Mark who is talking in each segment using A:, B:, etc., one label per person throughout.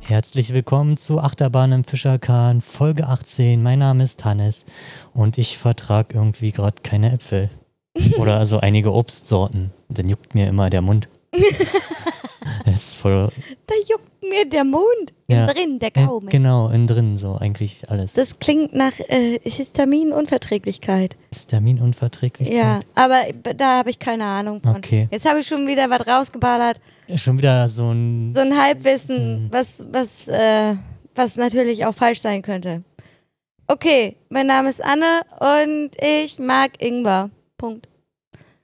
A: Herzlich willkommen zu Achterbahn im Fischerkahn, Folge 18. Mein Name ist Hannes und ich vertrage irgendwie gerade keine Äpfel. Oder also einige Obstsorten. Dann juckt mir immer der Mund. das ist voll.
B: Da juckt mir der Mund.
A: Ja.
B: Innen drin, der
A: Äh,
B: Gaumen.
A: genau, innen drin so eigentlich alles.
B: das klingt nach äh, Histaminunverträglichkeit.
A: Histaminunverträglichkeit.
B: Ja, aber da habe ich keine Ahnung von.
A: ne? Okay.
B: Jetzt habe ich schon wieder was rausgeballert.
A: Schon wieder so ein.
B: So ein Halbwissen,
A: Mhm.
B: was, was, äh, was natürlich auch falsch sein könnte. Okay, mein Name ist Anne und ich mag Ingwer. Punkt.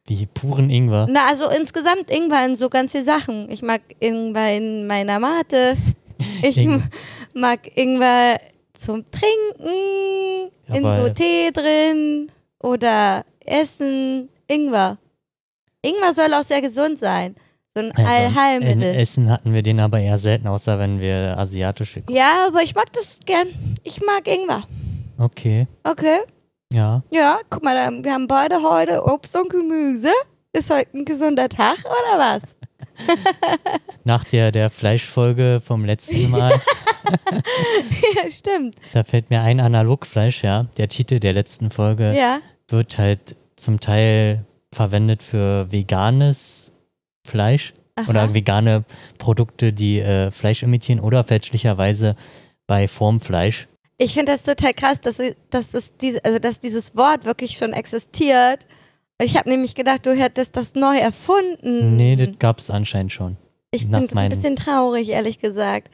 A: wie puren Ingwer.
B: Na, also insgesamt Ingwer in so ganz viele Sachen. Ich mag Ingwer in meiner Mate. Ich
A: Ingwer.
B: m- mag Ingwer zum Trinken, in
A: Aber-
B: so Tee drin oder Essen. Ingwer. Ingwer soll auch sehr gesund sein. So ein
A: Also, in
B: Allheilmittel.
A: Essen hatten wir den aber eher selten, außer wenn wir asiatische.
B: ja, aber ich mag das gern. Ich mag Ingwer.
A: Okay,
B: Okay.
A: ja.
B: Ja, guck mal, da- wir haben beide heute Obst und Gemüse. Ist heute ein gesunder Tag oder was?
A: Nach der, der Fleischfolge vom letzten Mal,
B: ja, stimmt.
A: da fällt mir ein Analogfleisch, ja. Der Titel der letzten Folge
B: Ja.
A: wird halt zum Teil verwendet für veganes Fleisch
B: Aha.
A: oder vegane Produkte, die äh, Fleisch imitieren oder fälschlicherweise bei Formfleisch.
B: Ich finde das total krass, dass, sie- dass, es diese, also dass dieses Wort wirklich schon existiert. Ich habe nämlich gedacht, du hättest das neu erfunden.
A: Nee, das gab es anscheinend schon.
B: ich
A: nach
B: bin so ein
A: meinen-
B: bisschen traurig, ehrlich gesagt.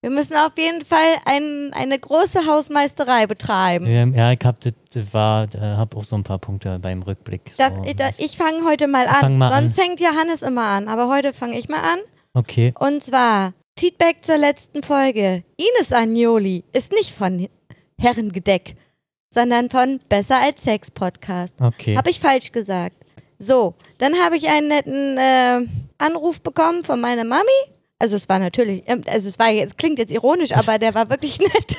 B: Wir müssen auf jeden Fall ein, eine große Hausmeisterei betreiben.
A: Ähm, Ja, ich hab, das das war, da hab auch so ein paar Punkte beim Rückblick. So.
B: Da, da, ich fange heute mal an.
A: Fang mal an.
B: Sonst fängt Johannes immer an, aber heute fange ich mal an.
A: okay,
B: Und zwar Feedback zur letzten Folge. Ines Agnoli ist nicht von Herrengedeck, sondern von Besser als Sex Podcast.
A: okay.
B: Habe ich falsch gesagt. So, dann habe ich einen netten äh, Anruf bekommen von meiner Mami. Also es war natürlich, ähm, also es war jetzt, klingt jetzt ironisch, aber der war wirklich nett.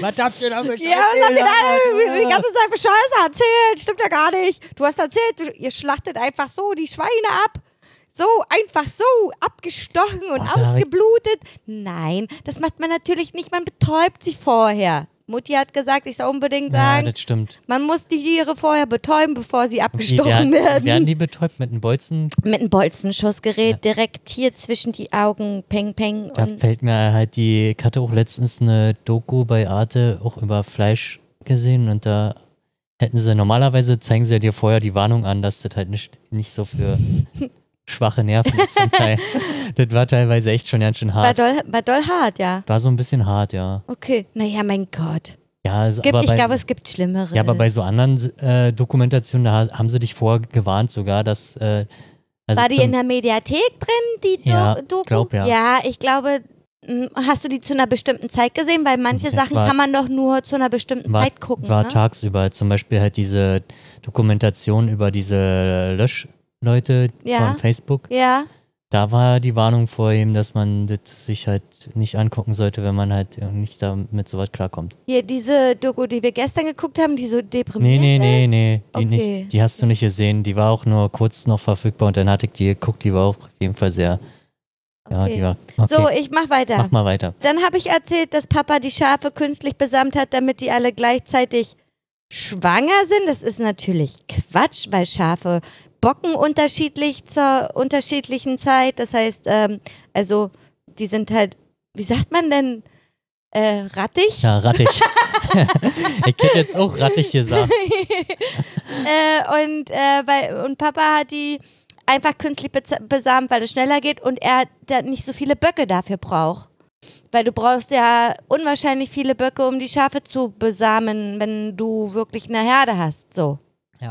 A: Was habt ihr da mit
B: ja, und hab gedacht, äh, die ganze Zeit für Scheiße erzählt, stimmt ja gar nicht. Du hast erzählt, du, ihr schlachtet einfach so die Schweine ab. So, einfach so, abgestochen und
A: Oh, da hab ich-
B: ausgeblutet. Nein, das macht man natürlich nicht, man betäubt sie vorher. Mutti hat gesagt, ich soll unbedingt
A: Ja,
B: sagen,
A: das stimmt.
B: man muss die Tiere vorher betäuben, bevor sie
A: Die
B: abgestochen werden.
A: Werden die betäubt mit einem Bolzen?
B: Mit einem Bolzenschussgerät direkt hier zwischen die Augen, peng, peng.
A: Da
B: Und
A: fällt mir halt die, ich hatte auch letztens eine Doku bei Arte auch über Fleisch gesehen und da hätten sie, normalerweise zeigen sie dir vorher die Warnung an, dass das halt nicht, nicht so für schwache Nerven ist zum Teil. das war teilweise echt schon ganz schön
B: war,
A: hart.
B: doll, war doll hart, ja.
A: War so ein bisschen hart, ja.
B: Okay, naja, mein Gott.
A: Ja, ist
B: Gibt,
A: aber
B: ich
A: bei,
B: glaube, es gibt Schlimmere.
A: ja, aber bei so anderen äh, Dokumentationen, da ha- haben sie dich vorgewarnt sogar, dass äh, also
B: war die
A: zum-
B: in der Mediathek drin, die Do
A: Ja,
B: Doku?
A: glaub, ja.
B: ich glaube, hm, hast du die zu einer bestimmten Zeit gesehen? Weil manche
A: Ja,
B: Sachen
A: war-
B: kann man doch nur zu einer bestimmten
A: war,
B: Zeit gucken.
A: war
B: ne?
A: tagsüber. Zum Beispiel halt diese Dokumentation über diese Löschleute
B: Ja.
A: von Facebook.
B: Ja,
A: Da war die Warnung vor ihm, dass man das sich halt nicht angucken sollte, wenn man halt nicht damit so weit klarkommt.
B: hier diese Doku, die wir gestern geguckt haben, Um die so
A: Nee,
B: deprimiert
A: nee, nee, nee. Die,
B: Okay.
A: nicht, die hast du nicht gesehen. Die war auch nur kurz noch verfügbar und dann hatte ich die geguckt. Die war auch auf jeden Fall sehr. Ja,
B: Okay.
A: die war. Okay,
B: So, ich mach weiter.
A: mach mal weiter.
B: Dann habe ich erzählt, dass Papa die Schafe künstlich besamt hat, damit die alle gleichzeitig schwanger sind. Das ist natürlich Quatsch, weil Schafe bocken unterschiedlich zur unterschiedlichen Zeit. Das heißt, ähm, also die sind halt, wie sagt man denn, äh, rattig?
A: Ja, rattig. ich hätte jetzt auch rattig gesagt.
B: äh, und, äh, weil, und Papa hat die einfach künstlich beza- besamt, weil es schneller geht und er da nicht so viele Böcke dafür braucht. Weil du brauchst ja unwahrscheinlich viele Böcke, um die Schafe zu besamen, wenn du wirklich eine Herde hast. So.
A: Ja.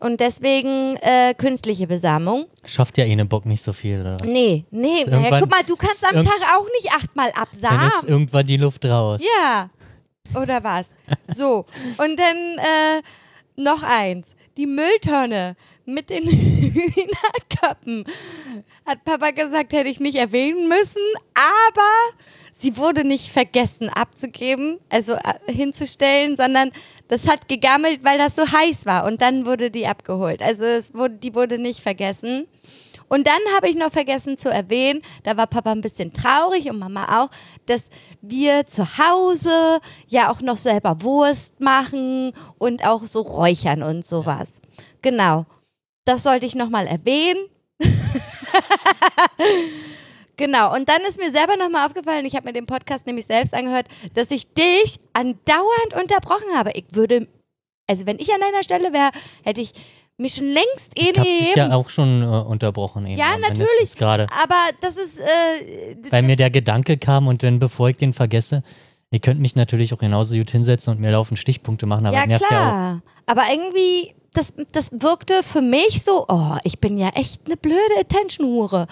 B: Und deswegen äh, künstliche Besamung.
A: Schafft ja eh ne Bock nicht so viel. Oder?
B: Nee, nee.
A: Ist
B: naja,
A: irgendwann-
B: guck mal, du kannst
A: ist
B: am
A: irgend-
B: Tag auch nicht achtmal
A: Dann ist
B: absamen.
A: irgendwann die Luft raus.
B: Ja. Oder was? So. Und dann äh, noch eins. Die Mülltonne mit den Hühnerköppen. Hat Papa gesagt, hätte ich nicht erwähnen müssen, aber sie wurde nicht vergessen abzugeben, also äh, hinzustellen, sondern das hat gegammelt, weil das so heiß war und dann wurde die abgeholt. Also es wurde, die wurde nicht vergessen. Und dann habe ich noch vergessen zu erwähnen, da war Papa ein bisschen traurig und Mama auch, dass wir zu Hause ja auch noch selber Wurst machen und auch so räuchern und sowas. Genau. Das sollte ich nochmal erwähnen. Genau, und dann ist mir selber nochmal aufgefallen, ich habe mir den Podcast nämlich selbst angehört, dass ich dich andauernd unterbrochen habe. Ich würde, also wenn ich an deiner Stelle wäre, hätte ich mich schon längst eh
A: Ich habe dich
B: eben.
A: ja auch schon äh, unterbrochen. Eben,
B: Ja,
A: aber mindestens
B: natürlich. Also
A: Gerade,
B: aber das ist, äh, d-
A: weil mir der Gedanke kam und dann, bevor ich den vergesse, ihr könnt mich natürlich auch genauso gut hinsetzen und mir laufend Stichpunkte machen, aber
B: ja
A: nervt ja auch.
B: klar. Aber irgendwie, das, das wirkte für mich so, oh, ich bin ja echt eine blöde Attention-Hure.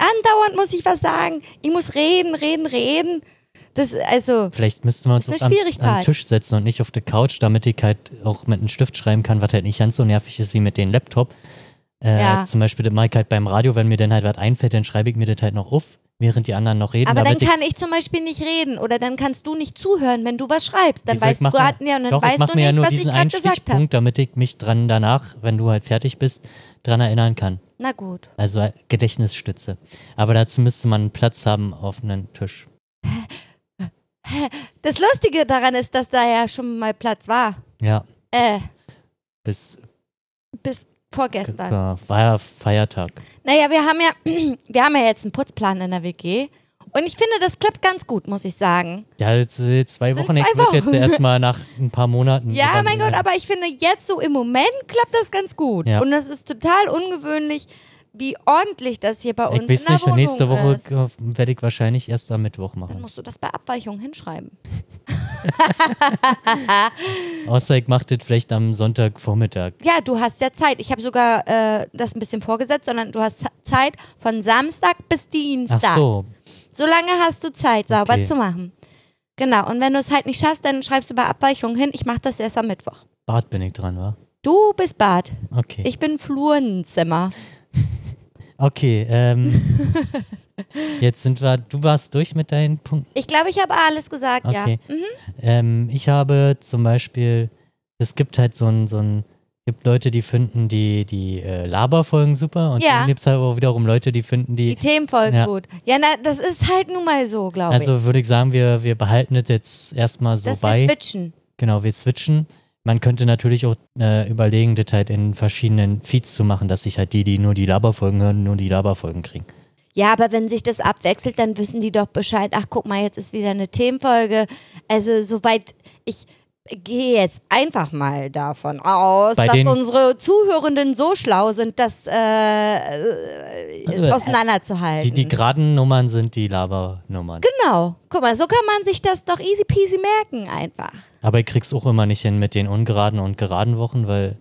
B: Andauernd muss ich was sagen. Ich muss reden, reden, reden. Das, also,
A: Vielleicht müssten wir uns
B: Ist eine
A: doch am, am
B: Schwierigkeit.
A: Tisch setzen und nicht auf der Couch, damit ich halt auch mit einem Stift schreiben kann, was halt nicht ganz so nervig ist wie mit dem Laptop. Äh,
B: Ja.
A: Zum Beispiel, das mach ich halt beim Radio, wenn mir dann halt was einfällt, dann schreibe ich mir das halt noch auf, während die anderen noch reden.
B: Aber dann
A: damit ich,
B: kann ich zum Beispiel nicht reden oder dann kannst du nicht zuhören, wenn du was schreibst. Dann
A: Wie gesagt,
B: weißt du
A: mach mir-
B: grad- ja, und dann
A: doch, ich
B: weißt
A: mache
B: du
A: mir
B: nicht,
A: ja nur
B: was ich
A: diesen
B: gerade
A: einen
B: gesagt habe.
A: Stichpunkt, damit ich mich dran danach, wenn du halt fertig bist, dran erinnern kann.
B: Na gut.
A: Also äh, Gedächtnisstütze. Aber dazu müsste man einen Platz haben auf einem Tisch.
B: Das Lustige daran ist, dass da ja schon mal Platz war.
A: Ja,
B: Äh,
A: bis
B: bis vorgestern.
A: äh, war ja Feiertag.
B: Naja, wir haben ja, wir haben ja jetzt einen Putzplan in der WG. Und ich finde, das klappt ganz gut, muss ich sagen.
A: Ja, jetzt, äh, zwei
B: Sind
A: Wochen.
B: zwei
A: ich würde jetzt
B: Wochen.
A: erstmal nach ein paar Monaten.
B: Ja,
A: dran
B: mein Gott,
A: erinnern.
B: aber ich finde, jetzt so im Moment klappt das ganz gut.
A: Ja.
B: Und das ist total ungewöhnlich, wie ordentlich das hier bei uns
A: Ich weiß
B: in der
A: nicht,
B: Wohnung
A: nächste Woche
B: ist.
A: äh, werde ich wahrscheinlich erst am Mittwoch
B: Dann
A: machen.
B: musst du das bei Abweichung hinschreiben.
A: Außer ich mache das vielleicht am Sonntagvormittag.
B: Ja, du hast ja Zeit. Ich habe sogar äh, das ein bisschen vorgesetzt, sondern du hast Zeit von Samstag bis Dienstag.
A: Ach so,
B: So lange hast du Zeit, sauber
A: Okay.
B: zu machen. Genau. Und wenn du es halt nicht schaffst, dann schreibst du bei Abweichung hin. Ich mache das erst am Mittwoch.
A: Bart bin ich dran, wa?
B: Du bist Bad.
A: Okay.
B: Ich bin Flurenzimmer.
A: okay, ähm. jetzt sind wir. Du warst durch mit deinen Punkten.
B: Ich glaube, ich habe alles gesagt,
A: Okay.
B: ja. Mhm.
A: Ähm, ich habe zum Beispiel. Es gibt halt so ein. So ein gibt Leute, die finden die, die äh, Laberfolgen super und
B: Ja.
A: dann gibt es halt auch wiederum Leute, die finden
B: Die
A: die.
B: Themen voll
A: Ja.
B: gut. Ja, na, das ist halt nun mal so, glaube ich.
A: Also würde ich sagen, wir, wir behalten das jetzt erstmal so
B: Dass
A: bei.
B: wir switchen.
A: Genau, wir switchen. Man könnte natürlich auch äh, überlegen, das halt in verschiedenen Feeds zu machen, dass sich halt die, die nur die Laberfolgen hören, nur die Laberfolgen kriegen.
B: Ja, aber wenn sich das abwechselt, dann wissen die doch Bescheid. Ach, guck mal, jetzt ist wieder eine Themenfolge. Also, soweit ich gehe jetzt einfach mal davon aus,
A: Bei
B: dass
A: den-
B: unsere Zuhörenden so schlau sind, das äh, äh,
A: Äh,
B: auseinanderzuhalten.
A: Die, die geraden Nummern sind die Labernummern.
B: genau. Guck mal, so kann man sich das doch easy peasy merken einfach.
A: Aber ich krieg's auch immer nicht hin mit den ungeraden und geraden Wochen, weil.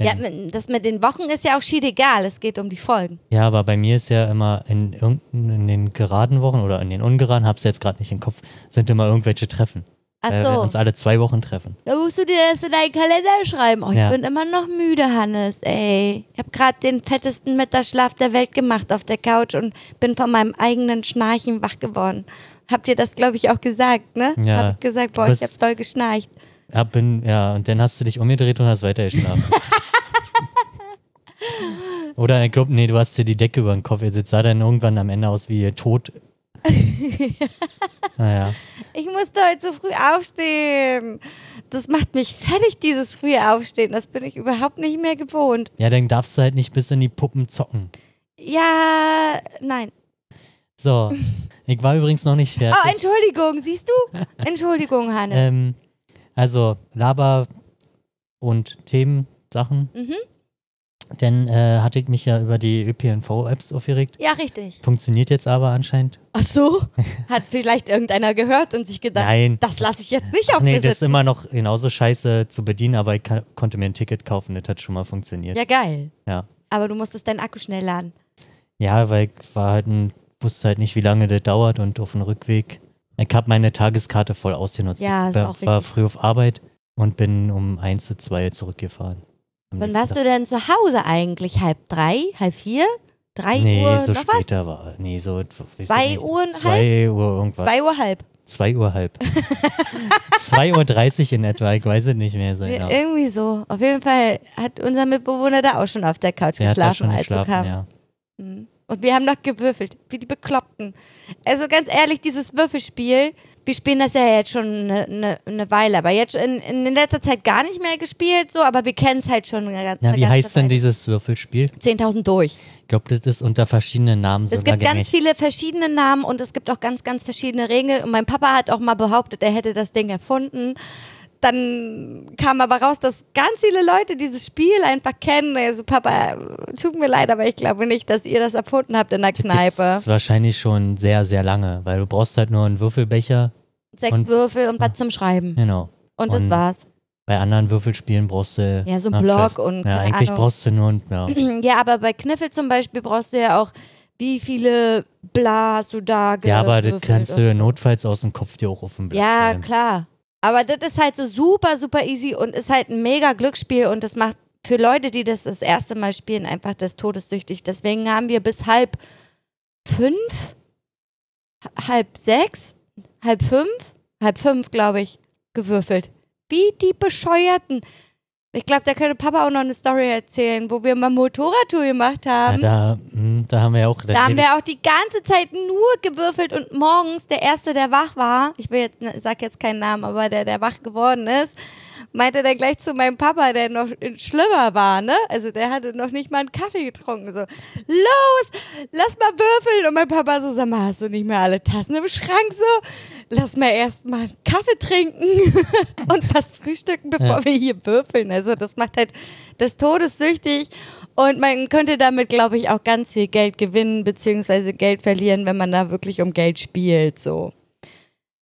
B: Ja,
A: wenn-
B: mit- das mit den Wochen ist ja auch schiedegal. Es geht um die Folgen.
A: ja, aber bei mir ist ja immer in, irgendein- in den geraden Wochen oder in den ungeraden, hab's jetzt gerade nicht im Kopf, sind immer irgendwelche Treffen.
B: Ach
A: Weil wir
B: so.
A: uns alle zwei Wochen treffen.
B: Da musst du dir das in deinen Kalender schreiben. Oh, ich
A: Ja.
B: bin immer noch müde, Hannes, ey. Ich habe gerade den fettesten Mittagsschlaf der Welt gemacht auf der Couch und bin von meinem eigenen Schnarchen wach geworden. Habt ihr das, glaube ich, auch gesagt, ne?
A: Ja.
B: Hab ich gesagt, boah,
A: Du
B: ich
A: bist-
B: habe doll geschnarcht.
A: Ja, bin, ja, und dann hast du dich umgedreht und hast weitergeschlafen. Oder ich glaube, nee, du hast dir die Decke über den Kopf gesetzt. Sah dann irgendwann am Ende aus wie tot. naja.
B: Ich musste heute so früh aufstehen. Das macht mich fertig, dieses frühe Aufstehen. Das bin ich überhaupt nicht mehr gewohnt.
A: Ja, dann darfst du halt nicht bis in die Puppen zocken.
B: Ja, nein.
A: So, ich war übrigens noch nicht fertig.
B: Oh, Entschuldigung, siehst du? Entschuldigung, Hannes.
A: ähm, also, Laber und Themen, Sachen.
B: Mhm.
A: Dann äh, hatte ich mich ja über die ÖPNV-Apps aufgeregt.
B: Ja, richtig.
A: Funktioniert jetzt aber anscheinend.
B: Ach so? Hat vielleicht irgendeiner gehört und sich gedacht,
A: Nein.
B: das lasse ich jetzt nicht auf
A: Nee,
B: mir
A: das ist
B: sitzen.
A: immer noch genauso scheiße zu bedienen, aber ich kann, konnte mir ein Ticket kaufen, das hat schon mal funktioniert. Ja,
B: Ja, geil.
A: Ja.
B: Aber du musstest deinen Akku schnell laden.
A: weil ich war halt ein, wusste halt nicht, wie lange das dauert und auf dem Rückweg. Ich habe meine Tageskarte voll ausgenutzt.
B: Ja,
A: ich
B: ist
A: war,
B: auch
A: war
B: wichtig.
A: früh auf Arbeit und bin um 1 zu 2 zurückgefahren. Am
B: Wann
A: nächsten
B: warst
A: Tag.
B: du denn zu Hause eigentlich? Halb drei? Halb vier? Drei
A: Nee,
B: Uhr?
A: so
B: noch was?
A: später war. Nee, so.
B: Zwei Uhr und
A: 2 Uhr irgendwas.
B: Zwei Uhr halb.
A: 2 Uhr halb. 2 Uhr 30 in etwa, ich weiß es nicht mehr so genau.
B: Ja, Irgendwie so. Auf jeden Fall hat unser Mitbewohner da auch schon auf der Couch
A: Der hat da
B: geschlafen,
A: schon
B: als du
A: geschlafen,
B: kamst.
A: ja.
B: Und wir haben noch gewürfelt, wie die Bekloppten. Also ganz ehrlich, dieses Würfelspiel, wir spielen das ja jetzt schon eine ne, ne Weile, aber jetzt in, in letzter Zeit gar nicht mehr gespielt, so, aber wir kennen es halt schon. Eine, ga-
A: Na,
B: eine
A: wie
B: ganze
A: heißt denn
B: Weile.
A: dieses Würfelspiel?
B: 10.000 durch.
A: Ich glaube, das ist unter verschiedenen Namen
B: Es
A: sogar
B: gibt ganz
A: gängig.
B: viele verschiedene Namen und es gibt auch ganz, ganz verschiedene Regeln. Und mein Papa hat auch mal behauptet, er hätte das Ding erfunden. Dann kam aber raus, dass ganz viele Leute dieses Spiel einfach kennen. Also Papa, tut mir leid, aber ich glaube nicht, dass ihr das erfunden habt in der Kneipe.
A: Gibt's wahrscheinlich schon sehr, sehr lange, weil du brauchst halt nur einen Würfelbecher.
B: Sechs
A: und-
B: Würfel und was zum Schreiben.
A: Genau.
B: Und das
A: und-
B: war's.
A: Bei anderen Würfelspielen brauchst du.
B: Ja, so ein
A: Ach,
B: Block
A: Scheiß.
B: und
A: Ja,
B: keine
A: eigentlich
B: Ahnung.
A: brauchst du nur einen. Ja.
B: Ja, aber bei Kniffel zum Beispiel brauchst du ja auch, wie viele Bla hast du da
A: ja, aber das
B: gewürfelt
A: kannst
B: und
A: du
B: so.
A: notfalls aus dem Kopf dir auch auf den Block
B: Ja,
A: schreiben.
B: klar. Aber das ist halt so super, super easy und ist halt ein mega Glücksspiel und das macht für Leute, die das das erste Mal spielen, einfach das todessüchtig. Deswegen haben wir bis halb fünf, h- halb sechs, halb fünf, halb fünf, glaube ich, gewürfelt. Wie die Bescheuerten. Ich glaube, da könnte Papa auch noch eine Story erzählen, wo wir mal Motorradtour gemacht
A: Ja,
B: haben.
A: da, hm, da haben wir ja auch.
B: Da haben wir auch die ganze Zeit nur gewürfelt und morgens der Erste, der wach war, ich will jetzt, ne, sag jetzt keinen Namen, aber der, der wach geworden ist, meinte dann gleich zu meinem Papa, der noch schlimmer war, ne? Also der hatte noch nicht mal einen Kaffee getrunken, so, los, lass mal würfeln. Und mein Papa so, sag mal, hast du nicht mehr alle Tassen im Schrank, so, lass mal erst mal einen Kaffee trinken und was frühstücken, bevor wir hier würfeln. Also das macht halt des Todes süchtig und man könnte damit, glaube ich, auch ganz viel Geld gewinnen beziehungsweise Geld verlieren, wenn man da wirklich um Geld spielt. So.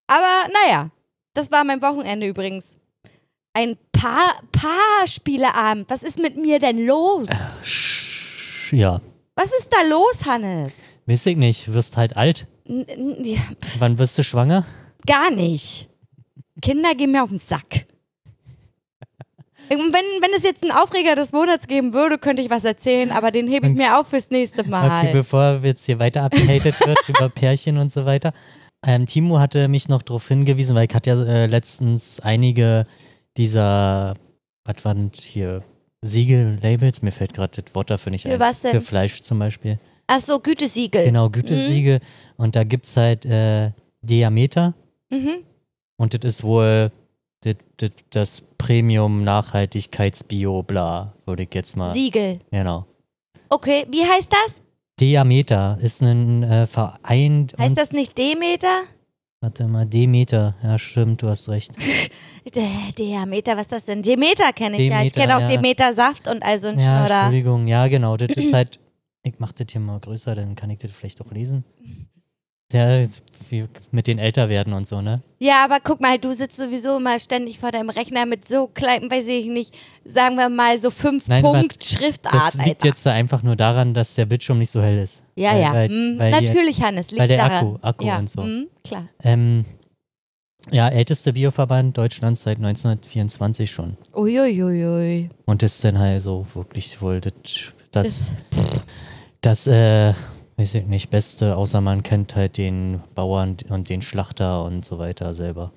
B: Aber naja, das war mein Wochenende übrigens. Ein paar Paar-Spieleabend. Was ist mit mir denn los?
A: Sch- Ja.
B: Was ist da los, Hannes?
A: Weiß ich nicht. Wirst halt alt.
B: N n- ja, pf,
A: Wann wirst du schwanger?
B: gar nicht. Kinder gehen mir auf den Sack. Und Wenn, wenn es jetzt einen Aufreger des Monats geben würde, könnte ich was erzählen, aber den hebe ich mir auf fürs nächste Mal.
A: Okay, bevor jetzt hier weiter abgehatet wird über Pärchen und so weiter. Ähm, Timo hatte mich noch darauf hingewiesen, weil ich hatte ja äh, letztens einige dieser, was waren das hier, Siegel-Labels, mir fällt gerade das Wort dafür nicht
B: Für
A: ein.
B: was denn? Äh,
A: Für Fleisch zum Beispiel.
B: Ach so, Gütesiegel.
A: Genau, Gütesiegel. Und da gibt es halt äh, Diameter
B: Mhm.
A: und das ist wohl das, das, das Premium-Nachhaltigkeits-Bio-Bla, würde ich jetzt mal. Hm.
B: Siegel.
A: genau.
B: Okay, wie heißt das?
A: Diameter ist ein äh, Verein und
B: Heißt das nicht Demeter?
A: Warte mal, Demeter. Ja, stimmt, du hast recht.
B: D- Äh, Demeter, was ist das denn? Demeter kenne ich ja. Ich
A: Demeter,
B: kenne auch
A: ja.
B: Demeter Saft und also ein
A: Ja,
B: Schnurrer.
A: Entschuldigung. Ja, genau. Das ist halt. Ich mach das hier mal größer, dann kann ich das vielleicht auch lesen. Ja, wie mit den älter werden und so, ne?
B: Ja, aber guck mal, du sitzt sowieso immer ständig vor deinem Rechner mit so kleinen, weiß ich nicht, sagen wir mal so fünf
A: Nein,
B: Punkt
A: Das
B: Schriftart.
A: liegt
B: Alter.
A: jetzt da einfach nur daran, dass der Bildschirm nicht so hell ist.
B: ja,
A: Weil-
B: ja.
A: weil-
B: Hm,
A: weil die-
B: Natürlich, Hannes, liegt
A: weil der
B: daran.
A: Akku- Akku
B: ja.
A: und so.
B: hm, klar.
A: Ähm, ja, ältester Bioverband Deutschlands seit 1924 schon.
B: Uiuiui.
A: Und das ist dann halt so wirklich wohl das, das, das äh, weiß ich nicht, Beste, außer man kennt halt den Bauern und den Schlachter und so weiter selber.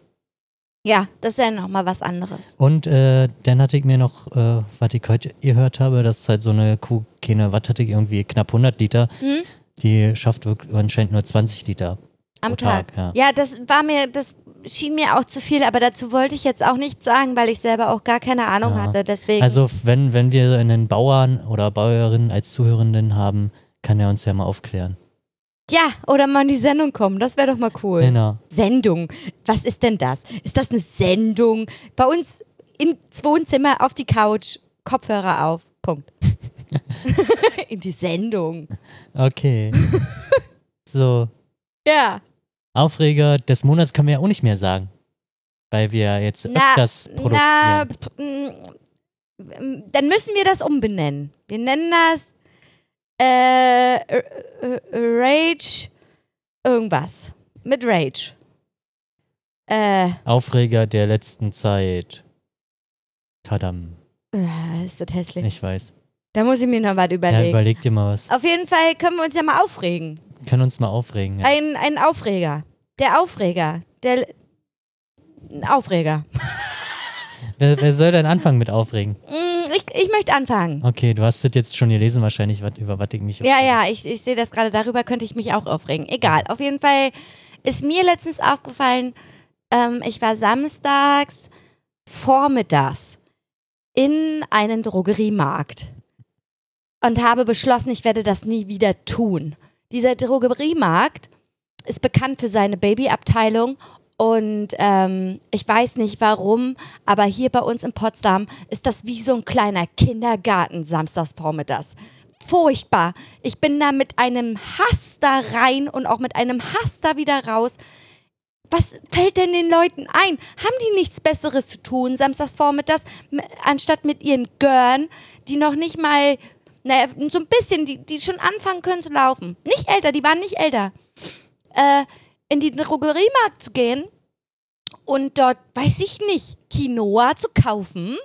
B: Ja, das ist ja nochmal was anderes.
A: Und äh, dann hatte ich mir noch, äh, was ich heute gehört habe, dass halt so eine Kuh, keine, was hatte ich irgendwie, knapp 100 Liter,
B: Hm?
A: die schafft wirk- anscheinend nur 20 Liter.
B: Am
A: pro
B: Tag.
A: ja.
B: Ja, das war mir, das schien mir auch zu viel, aber dazu wollte ich jetzt auch nichts sagen, weil ich selber auch gar keine Ahnung
A: Ja.
B: hatte. Deswegen.
A: Also f- wenn, wenn wir einen Bauern oder Bäuerin als Zuhörenden haben, kann er uns ja mal aufklären.
B: ja, oder mal in die Sendung kommen. Das wäre doch mal cool.
A: Genau.
B: Sendung. Was ist denn das? Ist das eine Sendung? Bei uns im Wohnzimmer auf die Couch, Kopfhörer auf. Punkt. in die Sendung.
A: Okay. so.
B: Ja.
A: Aufreger des Monats können wir ja auch nicht mehr sagen. Weil wir jetzt
B: Na,
A: öfters
B: na,
A: produzieren.
B: p- m, m, dann müssen wir das umbenennen. Wir nennen das äh, R- R- Rage irgendwas. Mit Rage. Äh,
A: Aufreger der letzten Zeit. Tadam.
B: äh, ist das hässlich.
A: Ich weiß.
B: Da muss ich mir noch was
A: Ja,
B: überlegen.
A: überleg dir mal was.
B: Auf jeden Fall können wir uns ja mal aufregen.
A: Können uns mal aufregen. Ja.
B: Ein, ein Aufreger. Der Aufreger. Der ein Aufreger.
A: Wer, wer soll denn anfangen mit aufregen?
B: Mm, ich, ich möchte anfangen.
A: Okay, du hast das jetzt schon gelesen wahrscheinlich, wat- über was ich mich...
B: Ja, ja, ich, ich sehe das gerade. Darüber könnte ich mich auch aufregen. Egal. Auf jeden Fall ist mir letztens aufgefallen, ähm, ich war samstags vormittags in einen Drogeriemarkt und habe beschlossen, ich werde das nie wieder tun. Dieser Drogeriemarkt ist bekannt für seine Babyabteilung und ähm, ich weiß nicht warum, aber hier bei uns in Potsdam ist das wie so ein kleiner Kindergarten samstags vormittags. Furchtbar. Ich bin da mit einem Hass da rein und auch mit einem Hass da wieder raus. Was fällt denn den Leuten ein? Haben die nichts Besseres zu tun, samstags vormittags, m- anstatt mit ihren Görn, die noch nicht mal, naja, so ein bisschen, die, die schon anfangen können zu laufen. Nicht älter, die waren nicht älter. Äh, in den Drogeriemarkt zu gehen und dort, weiß ich nicht, Quinoa zu kaufen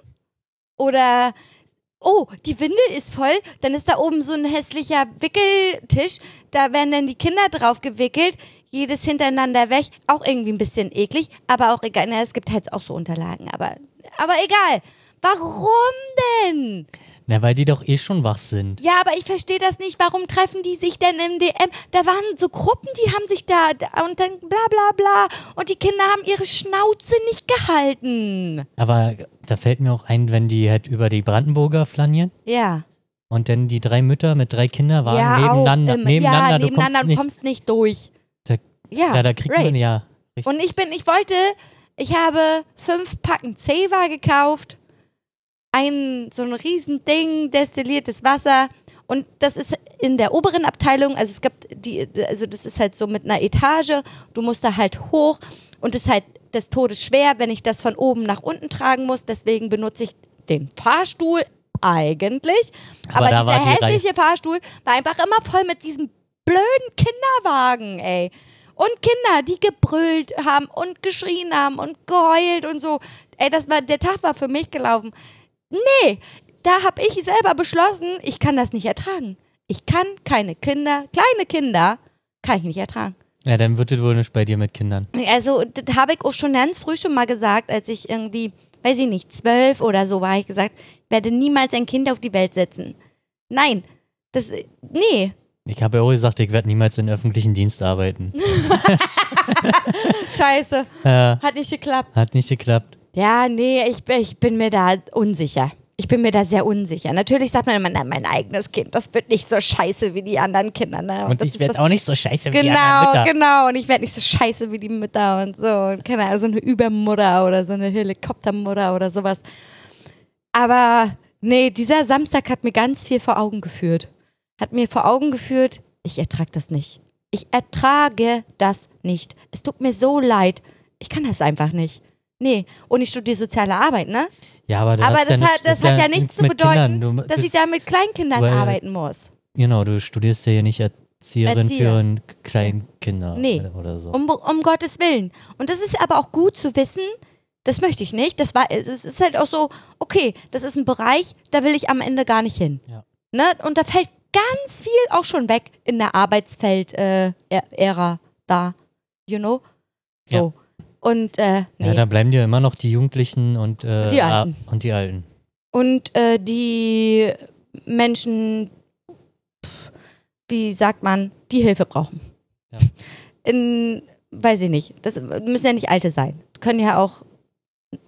B: oder oh, die Windel ist voll, dann ist da oben so ein hässlicher Wickeltisch, da werden dann die Kinder drauf gewickelt, jedes hintereinander weg, auch irgendwie ein bisschen eklig, aber auch egal, na, es gibt halt auch so Unterlagen, aber, aber egal. Warum denn?
A: Na, weil die doch eh schon wach sind.
B: Ja, aber ich verstehe das nicht. Warum treffen die sich denn im DM? Da waren so Gruppen, die haben sich da da- und dann bla bla bla. Und die Kinder haben ihre Schnauze nicht gehalten.
A: Aber da fällt mir auch ein, wenn die halt über die Brandenburger flanieren
B: Ja.
A: und dann die drei Mütter mit drei Kindern waren
B: ja,
A: nebeneinander,
B: auch im-
A: nebeneinander,
B: ja,
A: du
B: nebeneinander
A: kommst nicht.
B: durch.
A: Da-
B: ja,
A: ja, da kriegt
B: right.
A: man ja. richtig.
B: Und ich bin, ich wollte, ich habe fünf Packen Zewa gekauft, ein so ein riesen Ding, destilliertes Wasser. Und das ist in der oberen Abteilung, also es gibt die, also das ist halt so mit einer Etage, du musst da halt hoch und ist halt des Todes schwer, wenn ich das von oben nach unten tragen muss. Deswegen benutze ich den Fahrstuhl eigentlich. Aber,
A: Aber da war
B: dieser
A: die Reihe-
B: hässliche Fahrstuhl war einfach immer voll mit diesem blöden Kinderwagen, ey. Und Kinder, die gebrüllt haben und geschrien haben und geheult und so. Ey, das war, der Tag war für mich gelaufen. Nee, da habe ich selber beschlossen, ich kann das nicht ertragen. Ich kann keine Kinder, kleine Kinder, kann ich nicht ertragen.
A: Ja, dann wird es wohl nicht bei dir mit Kindern.
B: Also, das habe ich auch schon ganz früh schon mal gesagt, als ich irgendwie, weiß ich nicht, zwölf oder so war, ich gesagt, ich werde niemals ein Kind auf die Welt setzen. Nein, das, nee,
A: Ich habe ja auch gesagt, ich werde niemals in öffentlichen Dienst arbeiten.
B: scheiße,
A: äh,
B: hat nicht geklappt.
A: hat nicht geklappt.
B: Ja, nee, ich, bin- ich bin mir da unsicher. Ich bin mir da sehr unsicher. Natürlich sagt man immer, na, mein eigenes Kind, das wird nicht so scheiße wie die anderen Kinder. Ne?
A: Und
B: das
A: ich
B: ist
A: werde
B: das-
A: auch nicht so scheiße wie die anderen
B: Genau,
A: Mütter.
B: genau. Und ich werde nicht so scheiße wie die Mütter und so. Und keine Ahnung, so eine Übermutter oder so eine Helikoptermutter oder sowas. Aber nee, dieser Samstag hat mir ganz viel vor Augen geführt. Hat mir vor Augen geführt, ich ertrage das nicht. Ich ertrage das nicht. Es tut mir so leid. Ich kann das einfach nicht. Nee, und ich studiere soziale Arbeit, ne?
A: Ja, aber, du
B: Aber
A: hast
B: das,
A: ja
B: hat,
A: nicht,
B: das
A: ist
B: hat ja nichts zu
A: mit Kindern.
B: bedeuten,
A: Du,
B: dass ich
A: bist-
B: da mit Kleinkindern
A: weil-
B: arbeiten muss.
A: Genau, du studierst ja hier nicht Erzieherin
B: Erzieher.
A: für ein Kleinkinder
B: Nee.
A: oder so.
B: Um, um Gottes Willen. Und das ist aber auch gut zu wissen, das möchte ich nicht. Das war, es ist halt auch so, okay, das ist ein Bereich, da will ich am Ende gar nicht hin.
A: Ja.
B: Ne? Und da fällt ganz viel auch schon weg in der Arbeitsfeld-Ära da. You know? So.
A: Ja.
B: Und, äh, nee.
A: Ja, da bleiben dir immer noch die Jugendlichen und, äh,
B: Die Alten.
A: ah, Und die Alten.
B: Und äh, die Menschen, pff, wie sagt man, die Hilfe brauchen.
A: Ja.
B: In, weiß ich nicht. Das müssen ja nicht Alte sein. Können ja auch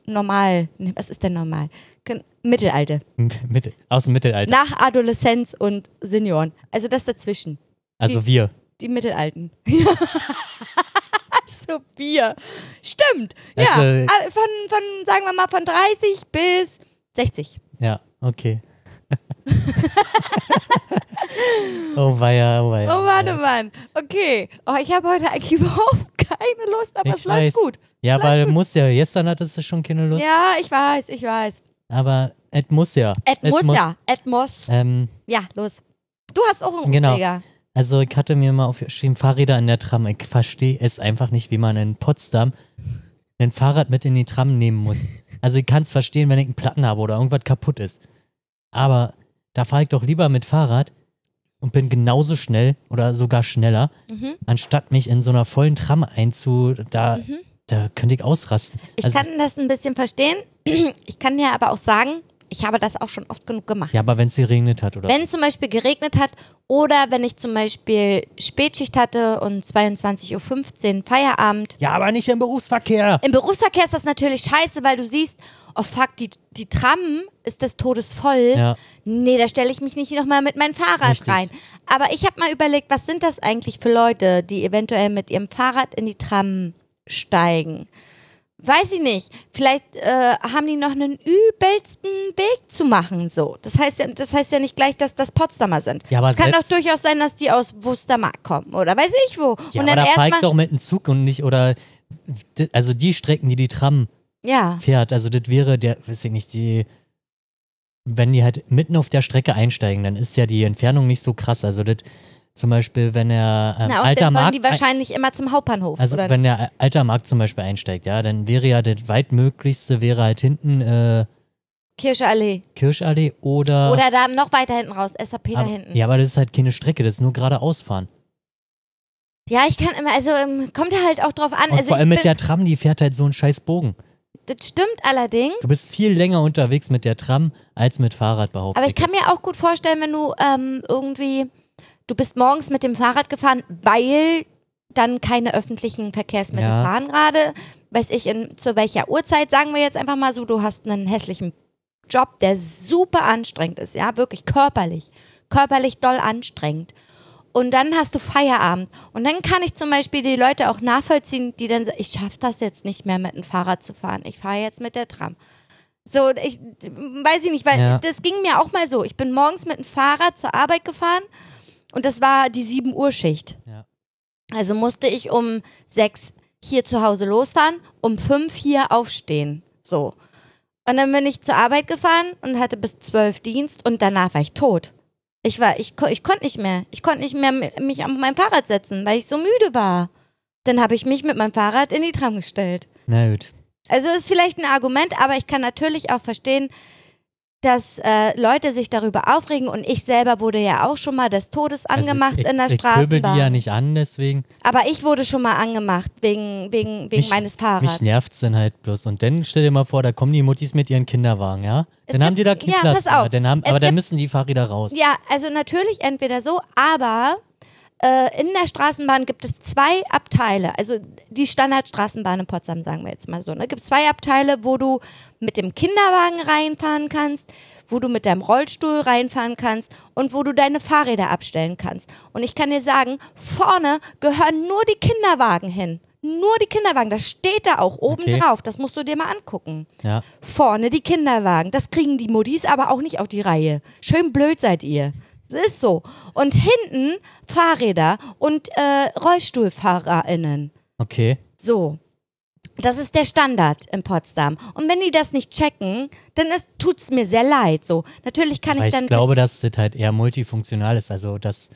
B: normal, nee, was ist denn normal? Können, Mittelalte.
A: Mit, aus dem Mittelalter.
B: Nach Adoleszenz und Senioren. Also das dazwischen.
A: also wir.
B: Die Mittelalten. so Bier. Stimmt. Ja.
A: Also-
B: Ah, Von, von, sagen wir mal, von 30 bis 60.
A: Ja, okay. oh weia, oh weia.
B: Oh Mann, oh Mann. Okay. Oh, ich habe heute eigentlich überhaupt keine Lust, aber
A: Ich
B: es läuft
A: weiß.
B: gut.
A: Ja, aber du musst ja. Gestern hattest du schon keine Lust.
B: Ja, ich weiß, ich weiß.
A: Aber es muss ja.
B: Ed
A: Et
B: muss ja. Ed muss.
A: Ähm,
B: Ja, los. Du hast auch einen
A: Genau.
B: Aufreger.
A: also ich hatte mir mal aufgeschrieben, Fahrräder in der Tram. Ich verstehe es einfach nicht, wie man in Potsdam ein Fahrrad mit in die Tram nehmen muss. Also ich kann es verstehen, wenn ich einen Platten habe oder irgendwas kaputt ist. Aber da fahre ich doch lieber mit Fahrrad und bin genauso schnell oder sogar schneller,
B: Mhm.
A: anstatt mich in so einer vollen Tram einzu... Da, da könnte ich ausrasten.
B: Ich
A: also,
B: kann das ein bisschen verstehen. Ich kann ja aber auch sagen, Ich habe das auch schon oft genug gemacht.
A: Ja, aber wenn es geregnet hat, oder?
B: Wenn zum Beispiel geregnet hat oder wenn ich zum Beispiel Spätschicht hatte und 22.15 Uhr Feierabend.
A: ja, aber nicht im Berufsverkehr.
B: Im Berufsverkehr ist das natürlich scheiße, weil du siehst, oh fuck, die, die Tram ist des Todes voll.
A: Ja.
B: Nee, da stelle ich mich nicht nochmal mit meinem Fahrrad
A: Richtig.
B: rein. Aber ich habe mal überlegt, was sind das eigentlich für Leute, die eventuell mit ihrem Fahrrad in die Tram steigen? Weiß ich nicht. Vielleicht äh, haben die noch einen übelsten Weg zu machen. So, das heißt, ja- das heißt ja nicht gleich, dass das Potsdamer sind.
A: Ja, aber
B: es kann doch
A: selbst-
B: durchaus sein, dass die aus Wustermark kommen oder weiß ich wo.
A: Ja, aber
B: Und dann
A: da
B: erstmal,
A: zeigt doch mit dem Zug und nicht, oder, d- also die Strecken, die die Tram
B: ja,
A: fährt, also das wäre der, weiß ich nicht, die, wenn die halt mitten auf der Strecke einsteigen, dann ist ja die Entfernung nicht so krass. Also das, zum Beispiel, wenn er ähm,
B: na und
A: alter
B: dann wollen
A: Markt,
B: die wahrscheinlich immer zum Hauptbahnhof.
A: also
B: oder?
A: wenn der alter Markt zum Beispiel einsteigt, ja, dann wäre ja das weitmöglichste wäre halt hinten äh,
B: Kirschallee.
A: Kirschallee oder,
B: Oder da noch weiter hinten raus, SAP da
A: aber,
B: hinten. Ja.
A: ja, aber das ist halt keine Strecke, das ist nur geradeaus fahren.
B: ich kann immer, also ähm, kommt ja halt auch drauf an.
A: Und
B: also
A: vor allem
B: ich
A: mit
B: bin,
A: der Tram, die fährt halt so einen scheiß Bogen.
B: das stimmt allerdings.
A: Du bist viel länger unterwegs mit der Tram als mit Fahrrad behauptet.
B: Aber ich kann mir auch gut vorstellen, wenn du ähm, irgendwie, du bist morgens mit dem Fahrrad gefahren, weil dann keine öffentlichen Verkehrsmittel
A: Ja.
B: fahren gerade. Weiß ich, in, zu welcher Uhrzeit, sagen wir jetzt einfach mal so, du hast einen hässlichen Job, der super anstrengend ist, ja, wirklich körperlich, körperlich doll anstrengend. Und dann hast du Feierabend. Und dann kann ich zum Beispiel die Leute auch nachvollziehen, die dann sagen, ich schaffe das jetzt nicht mehr mit dem Fahrrad zu fahren. Ich fahre jetzt mit der Tram. So, ich weiß ich nicht, weil
A: Ja.
B: das ging mir auch mal so. Ich bin morgens mit dem Fahrrad zur Arbeit gefahren und das war die 7 Uhr Schicht.
A: Ja.
B: Also musste ich um 6 hier zu Hause losfahren, um 5 hier aufstehen. So. Und dann bin ich zur Arbeit gefahren und hatte bis 12 Dienst und danach war ich tot. Ich war, ich, ko- ich konnte nicht mehr. Ich konnte nicht mehr m- mich auf mein Fahrrad setzen, weil ich so müde war. Dann habe ich mich mit meinem Fahrrad in die Tram gestellt.
A: Na gut.
B: Also ist vielleicht ein Argument, aber ich kann natürlich auch verstehen, dass äh, Leute sich darüber aufregen und ich selber wurde ja auch schon mal des Todes angemacht
A: also ich,
B: in der
A: ich, Ich pöbel
B: Straßenbahn.
A: die ja nicht an, deswegen.
B: Aber ich wurde schon mal angemacht wegen, wegen, wegen
A: Mich-
B: meines
A: Mich
B: Fahrrads.
A: nervt's dann halt bloß. Und dann stell dir mal vor, da kommen die Muttis mit ihren Kinderwagen, ja?
B: Es
A: dann haben
B: gibt-
A: die da keinen
B: ja,
A: Platz.
B: pass auf.
A: mehr. Dann haben,
B: Es
A: aber dann
B: gibt-
A: müssen die Fahrräder raus.
B: Ja, also natürlich entweder so, aber äh, in der Straßenbahn gibt es zwei Abteile, also die Standardstraßenbahn in Potsdam, sagen wir jetzt mal so. Ne? Gibt es zwei Abteile, wo du mit dem Kinderwagen reinfahren kannst, wo du mit deinem Rollstuhl reinfahren kannst und wo du deine Fahrräder abstellen kannst. Und ich kann dir sagen, vorne gehören nur die Kinderwagen hin. Nur die Kinderwagen, das steht da auch oben
A: Okay.
B: drauf. Das musst du dir mal angucken.
A: Ja.
B: Vorne die Kinderwagen. Das kriegen die Muttis aber auch nicht auf die Reihe. Schön blöd seid ihr. Das ist so. Und hinten Fahrräder und äh, RollstuhlfahrerInnen.
A: Okay.
B: So. Das ist der Standard in Potsdam. Und wenn die das nicht checken, dann ist, tut's mir sehr leid. So. Natürlich kann
A: Weil
B: ich
A: ich,
B: dann.
A: glaube, dass das halt eher multifunktional ist. Also, dass.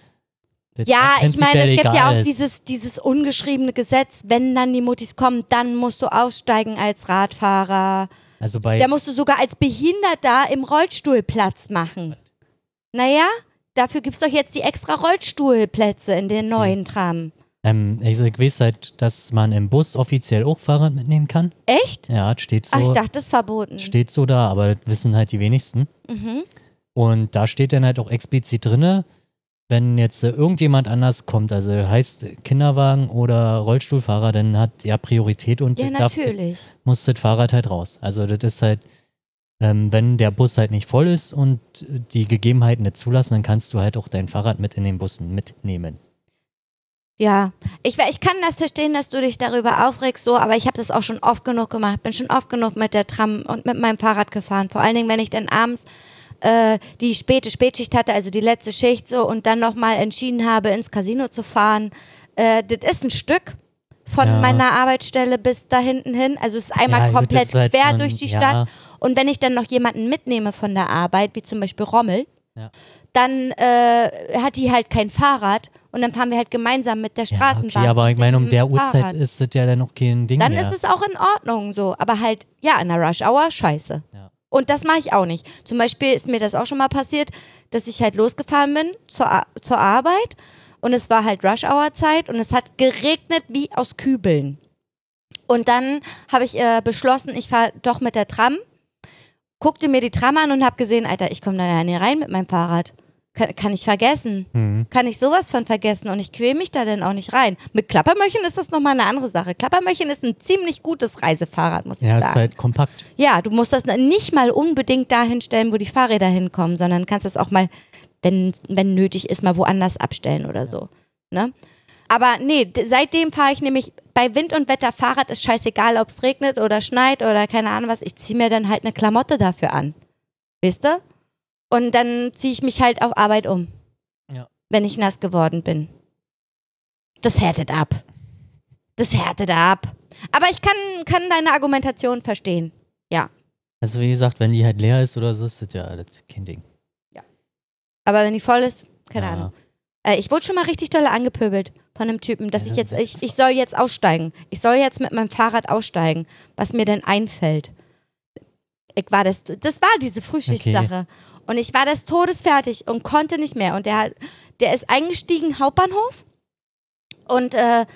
A: das
B: ja, ich meine,
A: prinzipiell
B: es gibt ja
A: egal
B: auch
A: ist.
B: dieses, dieses ungeschriebene Gesetz, wenn dann die Muttis kommen, dann musst du aussteigen als Radfahrer.
A: Also bei.
B: Da musst du sogar als Behinderter im Rollstuhl Platz machen. Naja, dafür gibt es doch jetzt die extra Rollstuhlplätze in den
A: Hm.
B: neuen Tram.
A: Ähm, also ich weiß halt, dass man im Bus offiziell auch Fahrrad mitnehmen kann.
B: Echt?
A: Ja, das steht so.
B: Ach, ich dachte, das ist verboten.
A: steht so da, aber das wissen halt die wenigsten.
B: Mhm.
A: Und da steht dann halt auch explizit drinne, wenn jetzt äh, irgendjemand anders kommt, also heißt Kinderwagen oder Rollstuhlfahrer, dann hat ja Priorität und
B: Ja,
A: das darf-
B: natürlich.
A: muss das Fahrrad halt raus. Also das ist halt, ähm, wenn der Bus halt nicht voll ist und äh, die Gegebenheiten nicht zulassen, dann kannst du halt auch dein Fahrrad mit in den Bussen mitnehmen.
B: Ja, ich, we- ich kann das verstehen, dass du dich darüber aufregst, so, aber ich habe das auch schon oft genug gemacht. Bin schon oft genug mit der Tram und mit meinem Fahrrad gefahren. Vor allen Dingen, wenn ich dann abends äh, die späte Spätschicht hatte, also die letzte Schicht so, und dann nochmal entschieden habe, ins Casino zu fahren. Äh, das ist ein Stück von
A: Ja.
B: meiner Arbeitsstelle bis da hinten hin. Also es ist einmal
A: Ja, gut,
B: komplett
A: das ist halt
B: quer
A: schon-
B: durch die
A: ja.
B: Stadt. Und wenn ich dann noch jemanden mitnehme von der Arbeit, wie zum Beispiel Rommel,
A: Ja.
B: dann äh, hat die halt kein Fahrrad und dann fahren wir halt gemeinsam mit der
A: Ja,
B: Straßenbahn.
A: okay, aber ich meine, um
B: mit
A: der
B: dem
A: Uhrzeit
B: Fahrrad.
A: ist das ja dann noch kein Ding
B: Dann
A: mehr.
B: ist es auch in Ordnung so, aber halt, ja, in der Rush-Hour, scheiße.
A: Ja.
B: Und das mache ich auch nicht. Zum Beispiel ist mir das auch schon mal passiert, dass ich halt losgefahren bin zur, Ar- zur Arbeit und es war halt Rush-Hour-Zeit und es hat geregnet wie aus Kübeln. Und dann habe ich äh, beschlossen, ich fahre doch mit der Tram guckte mir die Tram an und habe gesehen, Alter, ich komme da ja nicht rein mit meinem Fahrrad. Kann, kann ich vergessen.
A: Mhm.
B: Kann ich sowas von vergessen und ich quäl mich da denn auch nicht rein. Mit Klappermöchen ist das nochmal eine andere Sache. Klappermöchen ist ein ziemlich gutes Reisefahrrad, muss ich
A: Ja, ist
B: sagen.
A: halt kompakt.
B: Ja, du musst das nicht mal unbedingt dahin stellen, wo die Fahrräder hinkommen, sondern kannst das auch mal, wenn, wenn nötig ist, mal woanders abstellen oder so. Ne? Aber nee, d- seitdem fahre ich nämlich bei Wind und Wetter Fahrrad ist scheißegal, ob es regnet oder schneit oder keine Ahnung was. Ich ziehe mir dann halt eine Klamotte dafür an. Wisst ihr? Und dann ziehe ich mich halt auf Arbeit um.
A: Ja.
B: Wenn ich nass geworden bin. Das härtet ab. Das härtet ab. Aber ich kann, kann deine Argumentation verstehen.
A: Also wie gesagt, wenn die halt leer ist oder so, ist das ja alles kein Ding.
B: Aber wenn die voll ist, keine
A: ja.
B: Ahnung. Äh, ich wurde schon mal richtig dolle angepöbelt von einem Typen, dass
A: Ja,
B: ich
A: das
B: jetzt,
A: ist-
B: ich, ich soll jetzt aussteigen. Ich soll jetzt mit meinem Fahrrad aussteigen, was mir denn einfällt. Ich war das, das war diese Frühschichtsache. Und ich war des Todes fertig und konnte nicht mehr. Und der, hat- der ist eingestiegen, Hauptbahnhof. Und äh,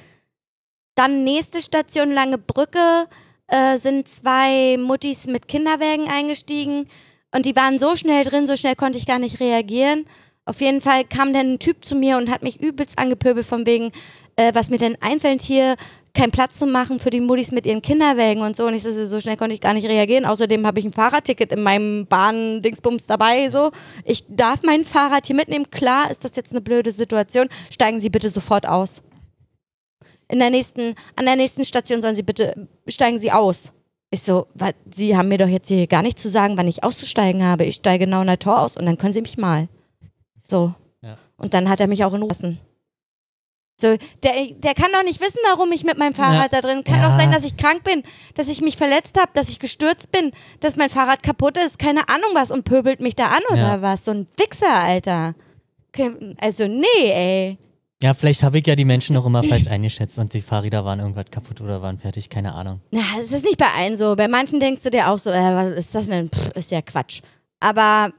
B: dann nächste Station, Lange Brücke, äh, sind zwei Muttis mit Kinderwägen eingestiegen. Und die waren so schnell drin, so schnell konnte ich gar nicht reagieren. Auf jeden Fall kam dann ein Typ zu mir und hat mich übelst angepöbelt von wegen, äh, was mir denn einfällt hier, keinen Platz zu machen für die Muttis mit ihren Kinderwägen und so. Und ich so, so schnell konnte ich gar nicht reagieren. Außerdem habe ich ein Fahrradticket in meinem Bahn-Dingsbums dabei. So, ich darf mein Fahrrad hier mitnehmen. Klar, ist das jetzt eine blöde Situation. Steigen Sie bitte sofort aus. In der nächsten, an der nächsten Station sollen Sie bitte steigen Sie aus. Ich so, wa- Sie haben mir doch jetzt hier gar nicht zu sagen, wann ich auszusteigen habe. Ich steige genau in der Tor aus und dann können Sie mich mal. So.
A: Ja.
B: Und dann hat er mich auch in Ruhe lassen. So, der, der kann doch nicht wissen, warum ich mit meinem Fahrrad da drin. Kann
A: Ja.
B: auch sein, dass ich krank bin, dass ich mich verletzt habe, dass ich gestürzt bin, dass mein Fahrrad kaputt ist, keine Ahnung was und pöbelt mich da an oder
A: Ja.
B: was. So ein Wichser, Alter. Okay, Also, nee, ey.
A: Ja, vielleicht habe ich ja die Menschen noch immer falsch eingeschätzt und die Fahrräder waren irgendwas kaputt oder waren fertig, keine Ahnung.
B: Na, es ist nicht bei allen so. Bei manchen denkst du dir auch so, äh, was ist das denn? Pff, ist ja Quatsch. Aber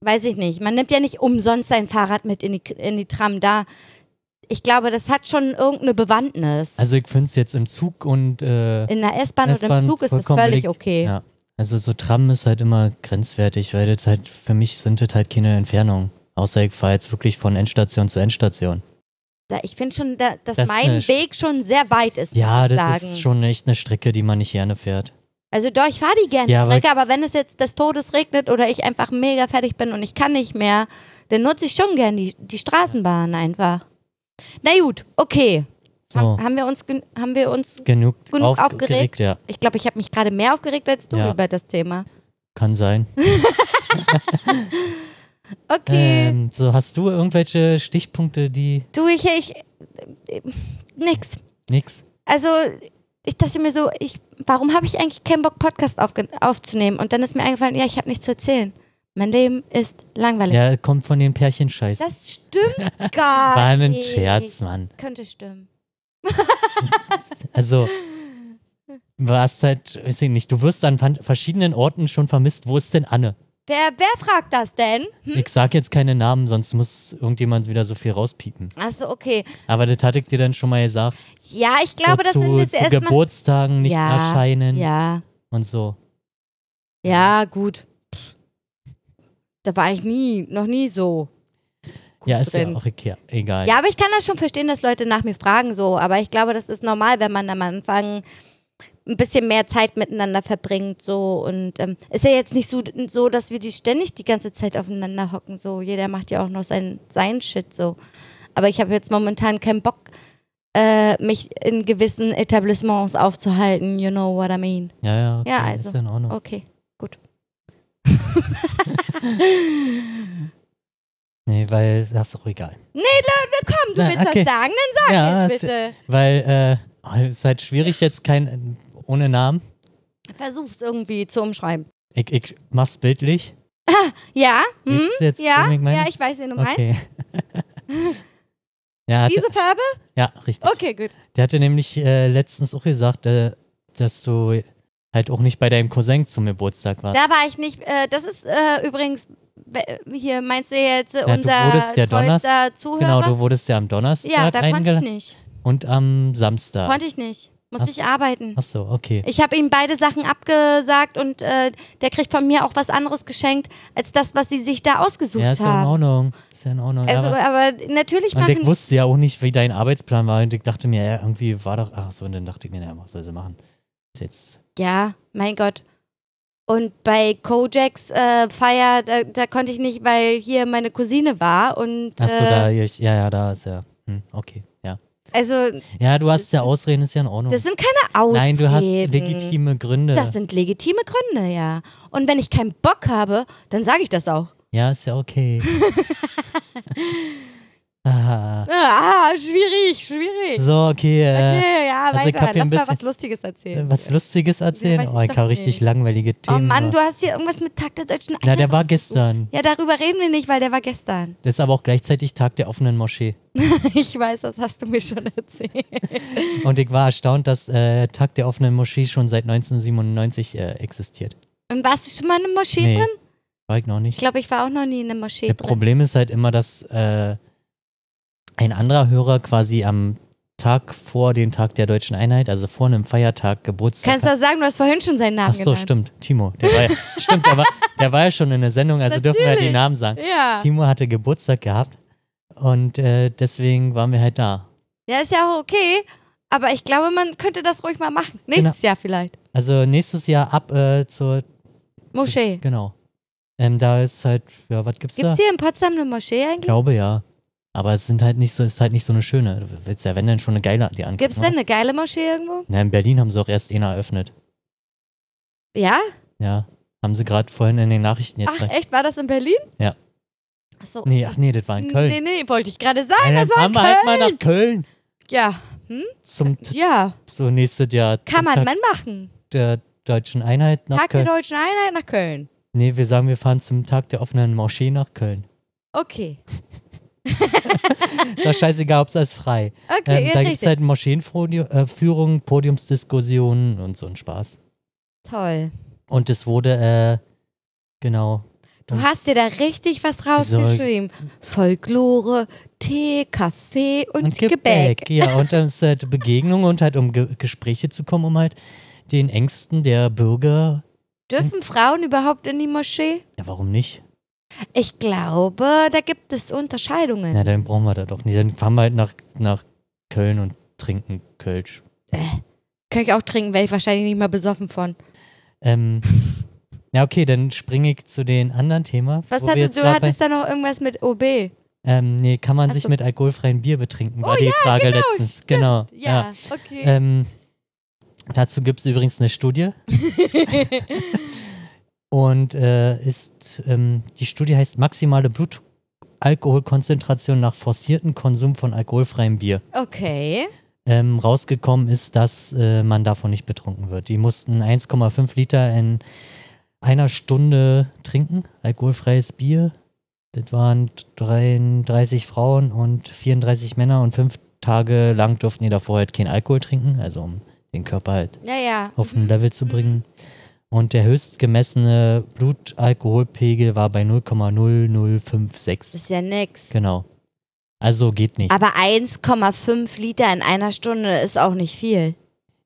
B: weiß ich nicht. Man nimmt ja nicht umsonst sein Fahrrad mit in die, in die Tram da. Ich glaube, das hat schon irgendeine Bewandtnis.
A: Also ich finde es jetzt im Zug und äh,
B: In der S-Bahn oder im
A: S-Bahn
B: Zug ist das
A: vollkommen
B: völlig
A: leg-
B: okay.
A: Ja. Also so Tram ist halt immer grenzwertig, weil das halt, für mich sind das halt keine Entfernungen. Außer ich fahre jetzt wirklich von Endstation zu Endstation.
B: Da, ich finde schon, da, dass
A: Das ist
B: mein
A: eine Sch-
B: Weg schon sehr weit ist.
A: Ja,
B: muss ich
A: das
B: sagen.
A: ist schon echt eine Strecke, die man nicht gerne fährt.
B: Also doch, ich fahre die gerne
A: Ja, aber-
B: Strecke, aber wenn es jetzt des Todes regnet oder ich einfach mega fertig bin und ich kann nicht mehr, dann nutze ich schon gern die, die Straßenbahn einfach. Na gut, okay.
A: So,
B: Haben, haben wir uns, gen- haben wir uns,
A: genug,
B: genug aufgeregt?
A: ja.
B: ich glaube, ich habe mich gerade mehr aufgeregt als du
A: Ja.
B: über das Thema.
A: Kann sein.
B: Okay,
A: Ähm, so, hast du irgendwelche Stichpunkte, die
B: du, ich, ich, äh, nix.
A: nix?
B: Also, ich dachte mir so, ich, warum habe ich eigentlich keinen Bock, Podcast aufge- aufzunehmen? Und dann ist mir eingefallen, ja, ich habe nichts zu erzählen. Mein Leben ist langweilig.
A: Ja, kommt von den Pärchenscheiß.
B: Das stimmt gar
A: War ein
B: nicht.
A: Scherz, Mann.
B: Könnte stimmen.
A: Also, warst halt, weiß ich nicht, du wirst an van- verschiedenen Orten schon vermisst. Wo ist denn Anne?
B: Wer, wer fragt das denn? Hm?
A: Ich sag jetzt keine Namen, sonst muss irgendjemand wieder so viel rauspiepen.
B: Achso, okay.
A: Aber das hatte ich dir dann schon mal gesagt.
B: Ja, ich
A: so
B: glaube, das sind
A: zu,
B: jetzt
A: zu
B: erstmal.
A: Geburtstagen nicht
B: Ja,
A: erscheinen
B: Ja,
A: und so.
B: Ja, gut. Da war ich nie, noch nie so. gut
A: Ja, ist
B: drin.
A: ja auch eke- egal.
B: Ja, aber ich kann das schon verstehen, dass Leute nach mir fragen so. Aber ich glaube, das ist normal, wenn man am Anfang ein bisschen mehr Zeit miteinander verbringt so. Und ähm, ist ja jetzt nicht so, so, dass wir die ständig die ganze Zeit aufeinander hocken so. Jeder macht ja auch noch sein, sein Shit so. Aber ich habe jetzt momentan keinen Bock, äh, mich in gewissen Etablissements aufzuhalten. You know what I mean.
A: ja, ja, okay,
B: Ja, also.
A: ist ja in Ordnung.
B: Okay, gut.
A: Nee, weil das ist auch egal.
B: Komm, du
A: Na,
B: willst
A: okay.
B: was sagen?
A: ja,
B: Bitte.
A: Ist, weil äh, oh, es ist halt schwierig jetzt kein ohne Namen.
B: Versuch's irgendwie zu umschreiben.
A: Ich, ich mach's bildlich.
B: Ja? Hm?
A: Wisst ihr jetzt,
B: Ja?
A: wen ich meine?
B: Ja, ich weiß, wen du meinst.
A: Okay. ja, hat,
B: Diese Farbe?
A: ja, richtig.
B: Okay, gut.
A: Der hatte nämlich äh, letztens auch gesagt, äh, dass du halt auch nicht bei deinem Cousin zum Geburtstag warst.
B: Da war ich nicht. Äh, das ist äh, übrigens, we- hier meinst du jetzt äh,
A: du
B: unser
A: wurdest ja Donners-
B: treuster Zuhörer?
A: genau, du wurdest ja am Donnerstag
B: ja, da konnte ich
A: eingeladen
B: nicht.
A: und am Samstag.
B: Konnte ich nicht. Musste ich arbeiten.
A: Ach so, okay.
B: Ich habe ihm beide Sachen abgesagt und äh, der kriegt von mir auch was anderes geschenkt, als das, was sie sich da ausgesucht
A: Ja, ist ja in
B: haben.
A: Ordnung. Ist ja in Ordnung.
B: Also,
A: aber,
B: aber natürlich
A: und ich
B: machen
A: wusste ja auch nicht, wie dein Arbeitsplan war. Und ich dachte mir, ja, irgendwie war doch. Ach so, und dann dachte ich mir, naja, was soll sie machen? Ist jetzt.
B: Ja, mein Gott. Und bei Kojaks äh, Feier, da, da konnte ich nicht, weil hier meine Cousine war und
A: Achso, da.
B: äh,
A: Ich, ja, ja, da ist ja. Hm, okay, ja.
B: also
A: Ja, du hast ja Ausreden, ist ja in Ordnung.
B: das sind keine Ausreden.
A: Oh. Nein, du hast legitime Gründe.
B: Das sind legitime Gründe, ja. Und wenn ich keinen Bock habe, dann sage ich das auch.
A: ja, ist ja okay. Aha.
B: Ah, schwierig, schwierig.
A: So, okay. Äh,
B: okay, ja,
A: also ich
B: weiter.
A: hab hier
B: Lass
A: ein
B: mal
A: bisschen-
B: was Lustiges erzählen.
A: Was Lustiges erzählen?
B: weiß
A: Oh, ich
B: doch
A: habe richtig
B: nicht.
A: langweilige
B: oh
A: Themen.
B: Mann, du
A: gemacht.
B: hast hier irgendwas mit Tag der deutschen
A: Na, der
B: Einheit
A: war
B: rausgesucht.
A: gestern.
B: Ja, darüber reden wir nicht, weil der war gestern.
A: Das ist aber auch gleichzeitig Tag der offenen Moschee.
B: Ich weiß, das hast du mir schon erzählt.
A: Und ich war erstaunt, dass äh, Tag der offenen Moschee schon seit 1997 äh, existiert.
B: Und warst du schon mal in einer Moschee
A: Nee.
B: drin?
A: War ich noch
B: Ich
A: nicht.
B: glaube, ich war auch noch nie in einer Moschee
A: Das
B: drin.
A: Problem ist halt immer, dass äh, ein anderer Hörer quasi am Tag vor dem Tag der deutschen Einheit, also vor einem Feiertag, Geburtstag
B: Kannst du auch sagen, du hast vorhin schon seinen Namen
A: Ach so,
B: genannt.
A: stimmt. Timo. Der war, ja- stimmt, der war, der war ja schon in der Sendung, also dürfen wir ja die
B: Natürlich.
A: Namen sagen.
B: Ja.
A: Timo hatte Geburtstag gehabt und äh, deswegen waren wir halt da.
B: ja, ist ja auch okay. Aber ich glaube, man könnte das ruhig mal machen.
A: Genau.
B: Nächstes Jahr vielleicht.
A: Also nächstes Jahr ab äh, zur.
B: Moschee.
A: Genau. Ähm, da ist halt, ja, was gibt's,
B: Gibt
A: da?
B: es hier in Potsdam eine Moschee
A: Ich
B: eigentlich?
A: glaube ja. Aber es sind halt nicht so, ist halt nicht so eine schöne. Du willst ja, wenn denn schon eine geile die angucken.
B: Gibt es denn eine geile Moschee irgendwo?
A: Na, in Berlin haben sie auch erst eine eröffnet.
B: Ja?
A: Ja. Haben sie gerade vorhin in den Nachrichten jetzt.
B: Ach,
A: gesagt.
B: echt? War das in Berlin?
A: Ja.
B: Achso.
A: nee, ach nee, das war in Köln.
B: Nee, nee, wollte ich gerade sagen.
A: Ja,
B: Das
A: dann
B: war
A: fahren
B: in
A: wir halt mal
B: Köln.
A: nach Köln.
B: Ja.
A: Zum
B: Ja,
A: so nächstes Jahr.
B: kann
A: zum
B: man,
A: Tag
B: man machen.
A: der deutschen Einheit nach
B: Tag der
A: Köln.
B: Deutschen Einheit nach Köln.
A: Nee, wir sagen, wir fahren zum Tag der offenen Moschee nach Köln.
B: Okay.
A: Da scheißegal, ob es alles frei.
B: Okay,
A: ähm,
B: ja,
A: da gibt es
B: richtig.
A: halt Moscheenführungen, Podiumsdiskussionen und so ein Spaß.
B: Toll.
A: Und es wurde, äh, genau,
B: Du hast dir da richtig was rausgeschrieben. Folklore, Tee, Kaffee und,
A: und
B: Gebäck.
A: Gebäck. Ja, und dann ist halt Begegnung und halt um Ge Gespräche zu kommen, um halt den Ängsten der Bürger,
B: Dürfen Frauen überhaupt in die Moschee?
A: ja, warum nicht?
B: Ich glaube, da gibt es Unterscheidungen.
A: Na, dann brauchen wir da doch nicht. Dann fahren wir halt nach, nach Köln und trinken Kölsch.
B: Könnte ich auch trinken, wäre ich wahrscheinlich nicht mal besoffen von.
A: Ähm, ja, okay, dann springe ich zu den anderen Thema.
B: Was
A: wo wir
B: hattest
A: jetzt
B: du?
A: grad bei-
B: Hattest da noch irgendwas mit OB?
A: ähm, nee, kann man
B: Ach
A: sich
B: so. Oh
A: mit alkoholfreiem Bier betrinken, war die Frage letztens.
B: stimmt.
A: Genau.
B: Ja, okay.
A: Ähm, dazu gibt es übrigens eine Studie. Und äh, ist, ähm, die Studie heißt maximale Blutalkoholkonzentration nach forcierten Konsum von alkoholfreiem Bier.
B: Okay.
A: ähm, rausgekommen ist, dass äh, man davon nicht betrunken wird. Die mussten 1,5 Liter in einer Stunde trinken, alkoholfreies Bier. Das waren 33 Frauen und 34 Männer und fünf Tage lang durften die davor halt keinen Alkohol trinken, also um den Körper halt
B: Ja, ja. Mhm.
A: auf ein Level zu bringen. Und der höchst gemessene Blutalkoholpegel war bei 0,0056.
B: Ist ja nix.
A: Genau. Also geht nicht.
B: Aber 1,5 Liter in einer Stunde ist auch nicht viel.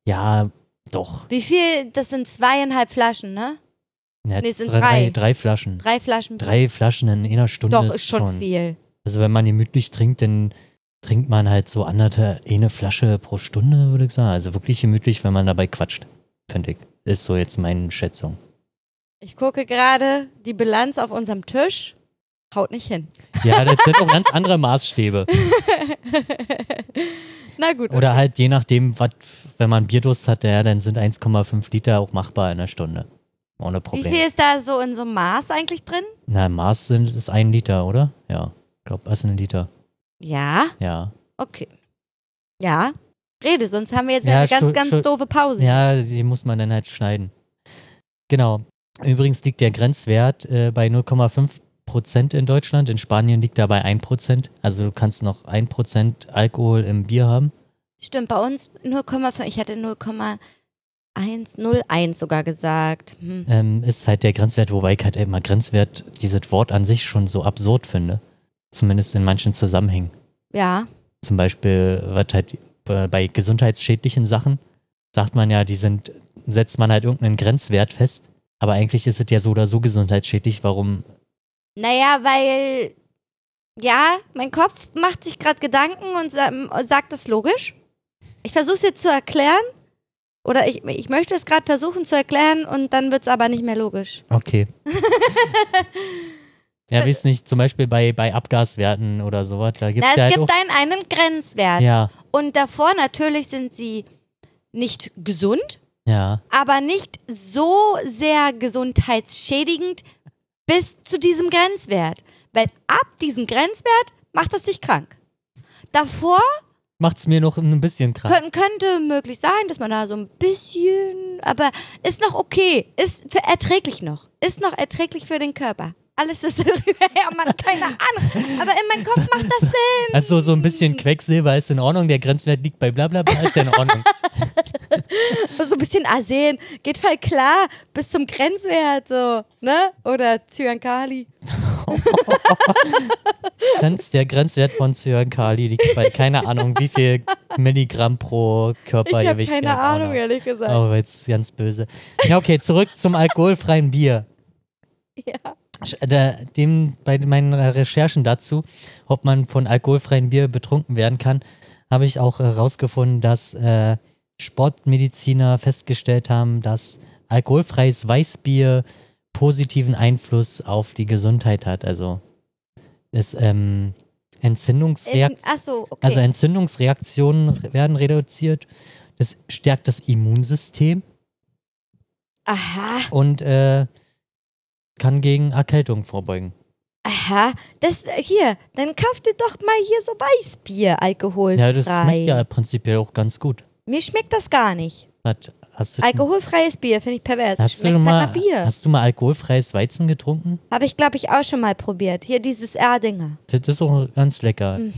A: Ja, doch.
B: Wie viel? Das sind zweieinhalb Flaschen, ne?
A: Ja,
B: Nee, es sind
A: drei.
B: drei.
A: Drei Flaschen.
B: Drei Flaschen.
A: Drei Flaschen in einer Stunde.
B: Doch, ist schon, viel.
A: Also wenn man gemütlich trinkt, dann trinkt man halt so anderthalb, eine Flasche pro Stunde, würde ich sagen. Also wirklich gemütlich, wenn man dabei quatscht, finde ich. Ist so jetzt meine Schätzung.
B: Ich gucke gerade die Bilanz auf unserem Tisch. Haut nicht hin.
A: Ja, das sind auch ganz andere Maßstäbe.
B: Na gut.
A: Oder halt je nachdem, was, wenn man Bierdurst hat, ja, dann sind 1,5 Liter auch machbar in einer Stunde. Ohne
B: Wie
A: Probleme.
B: viel ist da so in so einem Maß eigentlich drin?
A: Na, im Maß sind, ist ein Liter, oder? Ja, ich glaube, das ist ein Liter.
B: Ja,
A: Ja.
B: okay. Ja. Rede, sonst haben wir jetzt
A: Ja,
B: eine ganz,
A: schu-
B: ganz
A: schu-
B: doofe Pause.
A: Ja, die muss man dann halt schneiden. Genau. Übrigens liegt der Grenzwert äh, bei 0,5 Prozent in Deutschland. In Spanien liegt er bei 1 Prozent. Also du kannst noch 1 Prozent Alkohol im Bier haben.
B: Stimmt, bei uns 0,5. Ich hatte 0,101 sogar gesagt. Hm.
A: Ähm, ist halt der Grenzwert, wobei ich halt immer Grenzwert, dieses Wort an sich schon so absurd finde. Zumindest in manchen Zusammenhängen.
B: Ja.
A: Zum Beispiel, was halt äh, bei gesundheitsschädlichen Sachen sagt man ja, die sind, setzt man halt irgendeinen Grenzwert fest. Aber eigentlich ist es ja so oder so gesundheitsschädlich. Warum?
B: Naja, weil. Ja, mein Kopf macht sich gerade Gedanken und sa- und sagt das logisch. Ich versuche es jetzt zu erklären. Oder ich, ich möchte es gerade versuchen zu erklären und dann wird es aber nicht mehr logisch.
A: Okay. ja, weiß nicht, zum Beispiel bei, bei Abgaswerten oder sowas, da gibt
B: Na,
A: es
B: es
A: ja halt
B: gibt
A: auch.
B: einen, einen Grenzwert.
A: Ja,
B: Und davor natürlich sind sie nicht gesund,
A: ja.
B: aber nicht so sehr gesundheitsschädigend bis zu diesem Grenzwert. Weil ab diesem Grenzwert macht das dich krank. Davor
A: Macht's mir noch ein bisschen krass.
B: können, könnte möglich sein, dass man da so ein bisschen, aber ist noch okay, ist für erträglich noch, ist noch erträglich für den Körper. Alles was darüber her, man keine Ahnung, aber in meinem Kopf macht das Sinn.
A: Also so ein bisschen Quecksilber ist in Ordnung, der Grenzwert liegt bei bla bla bla, ist ja in Ordnung.
B: so ein bisschen Arsen, geht voll klar, bis zum Grenzwert so, ne? Oder Zyankali.
A: Ganz der Grenzwert von Zyankali liegt bei keine Ahnung, wie viel Milligramm pro
B: Ich habe
A: Körpergewicht.
B: keine Ahnung, ehrlich gesagt.
A: Oh, jetzt ganz böse. Ja, okay, zurück zum alkoholfreien Bier.
B: Ja.
A: Sch- Da, dem, bei meinen Recherchen dazu, ob man von alkoholfreiem Bier betrunken werden kann, habe ich auch herausgefunden, dass äh, Sportmediziner festgestellt haben, dass alkoholfreies Weißbier positiven Einfluss auf die Gesundheit hat. Also es ähm,
B: In,
A: Entzündungsreaktionen.
B: achso, okay.
A: Also Entzündungsreaktionen werden reduziert. Das stärkt das Immunsystem
B: aha,
A: und äh, kann gegen Erkältung vorbeugen.
B: aha. Das, hier, dann kauf dir doch mal hier so Weißbier, alkoholfrei.
A: Ja, das schmeckt ja prinzipiell auch ganz gut.
B: Mir schmeckt das gar nicht.
A: Hat, hast du,
B: Alkoholfreies Bier finde ich pervers.
A: hast du
B: schmeckt
A: mal,
B: halt nach Bier.
A: hast du mal alkoholfreies Weizen getrunken?
B: Habe ich, glaube ich, auch schon mal probiert. Hier dieses Erdinger.
A: Das ist auch ganz lecker.
B: Mhm.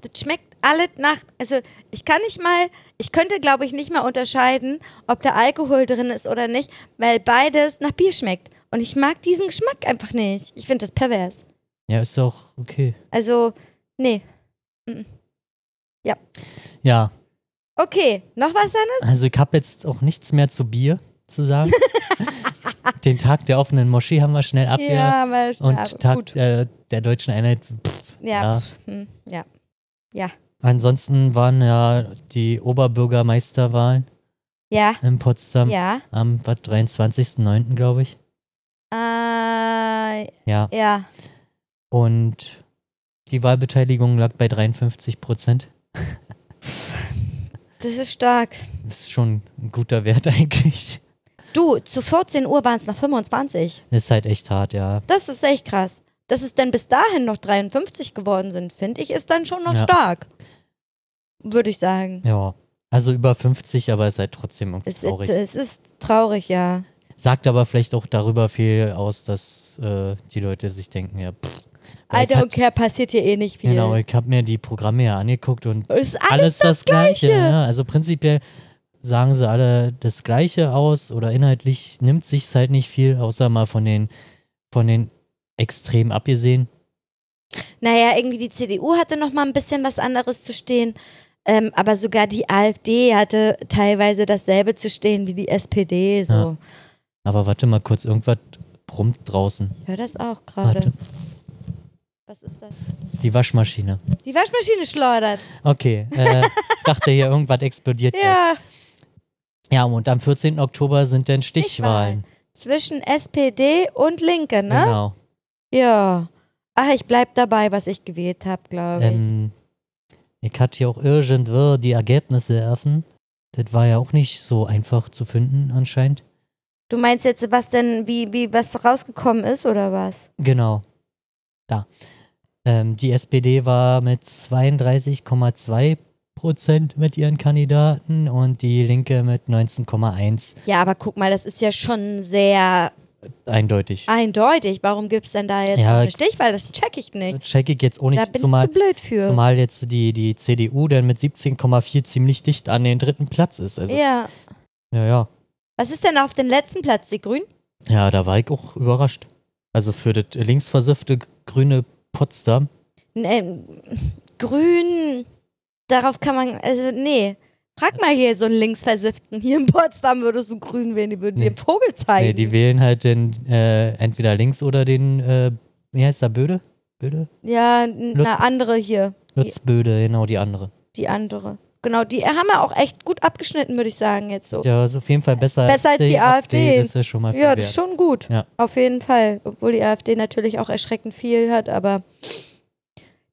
B: Das schmeckt alles nach. Also, ich kann nicht mal. Ich könnte, glaube ich, nicht mal unterscheiden, ob da Alkohol drin ist oder nicht, weil beides nach Bier schmeckt. Und ich mag diesen Geschmack einfach nicht. Ich finde das pervers.
A: Ja, ist auch okay.
B: Also, nee.
A: Ja,
B: Okay, noch was anderes?
A: also ich habe jetzt auch nichts mehr zu Bier zu sagen. Den Tag der offenen Moschee haben wir schnell abgehakt.
B: ja, mal
A: Und
B: ab-
A: Tag
B: gut.
A: äh, der deutschen Einheit. Pff,
B: Ja.
A: ja.
B: Hm, ja.
A: Ansonsten waren ja die Oberbürgermeisterwahlen
B: Ja.
A: in Potsdam
B: Ja.
A: am was, 23.09., glaube ich.
B: Äh,
A: Ja.
B: ja.
A: Und die Wahlbeteiligung lag bei 53 Prozent.
B: Das ist stark.
A: Ist schon ein guter Wert eigentlich.
B: Du, zu 14 Uhr waren es noch 25.
A: Ist halt echt hart, ja.
B: Das ist echt krass. Dass es dann bis dahin noch 53 geworden sind, finde ich, ist dann schon noch
A: Ja.
B: stark. Würde ich sagen.
A: Ja. Also über 50, aber ist halt trotzdem irgendwie
B: Es, ist, äh,
A: traurig.
B: es ist traurig, ja.
A: Sagt aber vielleicht auch darüber viel aus, dass äh, die Leute sich denken, ja, pff.
B: I
A: Weil ich
B: don't
A: hab-
B: care, passiert hier eh nicht viel.
A: Genau, ich habe mir die Programme ja angeguckt und
B: Es ist alles,
A: alles das Gleiche.
B: Gleiche.
A: Ja. Also prinzipiell sagen sie alle das Gleiche aus oder inhaltlich nimmt sich's halt nicht viel, außer mal von den, von den Extremen abgesehen.
B: naja, irgendwie die CDU hatte noch mal ein bisschen was anderes zu stehen. Ähm, aber sogar die AfD hatte teilweise dasselbe zu stehen wie die SPD. So.
A: Ja. Aber warte mal kurz, irgendwas brummt draußen.
B: Ich höre das auch gerade.
A: Warte,
B: Was ist das?
A: die Waschmaschine.
B: Die Waschmaschine schleudert.
A: Okay, äh, dachte hier, irgendwas explodiert. gleich.
B: Ja.
A: ja, und am 14. Oktober sind dann Stichwahlen.
B: Zwischen SPD und Linke, ne?
A: Genau.
B: Ja. Ach, ich bleib dabei, was ich gewählt habe, glaube ich.
A: Ähm, ich hatte hier auch irgendwo die Ergebnisse offen. Das war ja auch nicht so einfach zu finden anscheinend.
B: Du meinst jetzt, was denn, wie, wie, was rausgekommen ist oder was?
A: Genau. Da. Ähm, die SPD war mit 32,2 Prozent mit ihren Kandidaten und die Linke mit 19,1
B: Ja, aber guck mal, das ist ja schon sehr
A: eindeutig.
B: eindeutig. Warum gibt's denn da jetzt
A: Ja,
B: noch eine Stichwahl? Das check ich nicht.
A: Check ich jetzt auch
B: Da
A: nicht,
B: bin ich
A: zumal,
B: zu blöd für.
A: zumal jetzt die, die CDU dann mit 17,4 ziemlich dicht an den dritten Platz ist. Also, ja.
B: ja.
A: ja, ja.
B: Was ist denn auf dem letzten Platz, die Grünen?
A: da war ich auch überrascht. Also für das linksversiffte grüne Potsdam.
B: ähm, Nee, grün, darauf kann man, also nee. Frag mal hier so einen Linksversifften. Hier in Potsdam würdest du grün wählen, die würden
A: Nee.
B: dir einen Vogel
A: Nee,
B: zeigen.
A: die wählen halt den, äh, entweder links oder den, äh, wie heißt der, Böde? Böde?
B: ja, n-
A: Lutz-
B: eine andere hier. Die,
A: Lutz Böde, genau, die andere.
B: die andere. Genau, die haben ja auch echt gut abgeschnitten, würde ich sagen, jetzt so.
A: Ja, ist auf jeden Fall besser,
B: Besser als die AfD.
A: Das ist ja schon mal
B: Ja,
A: viel
B: das ist
A: wert.
B: schon gut.
A: Ja.
B: Auf jeden Fall. Obwohl die AfD natürlich auch erschreckend viel hat, aber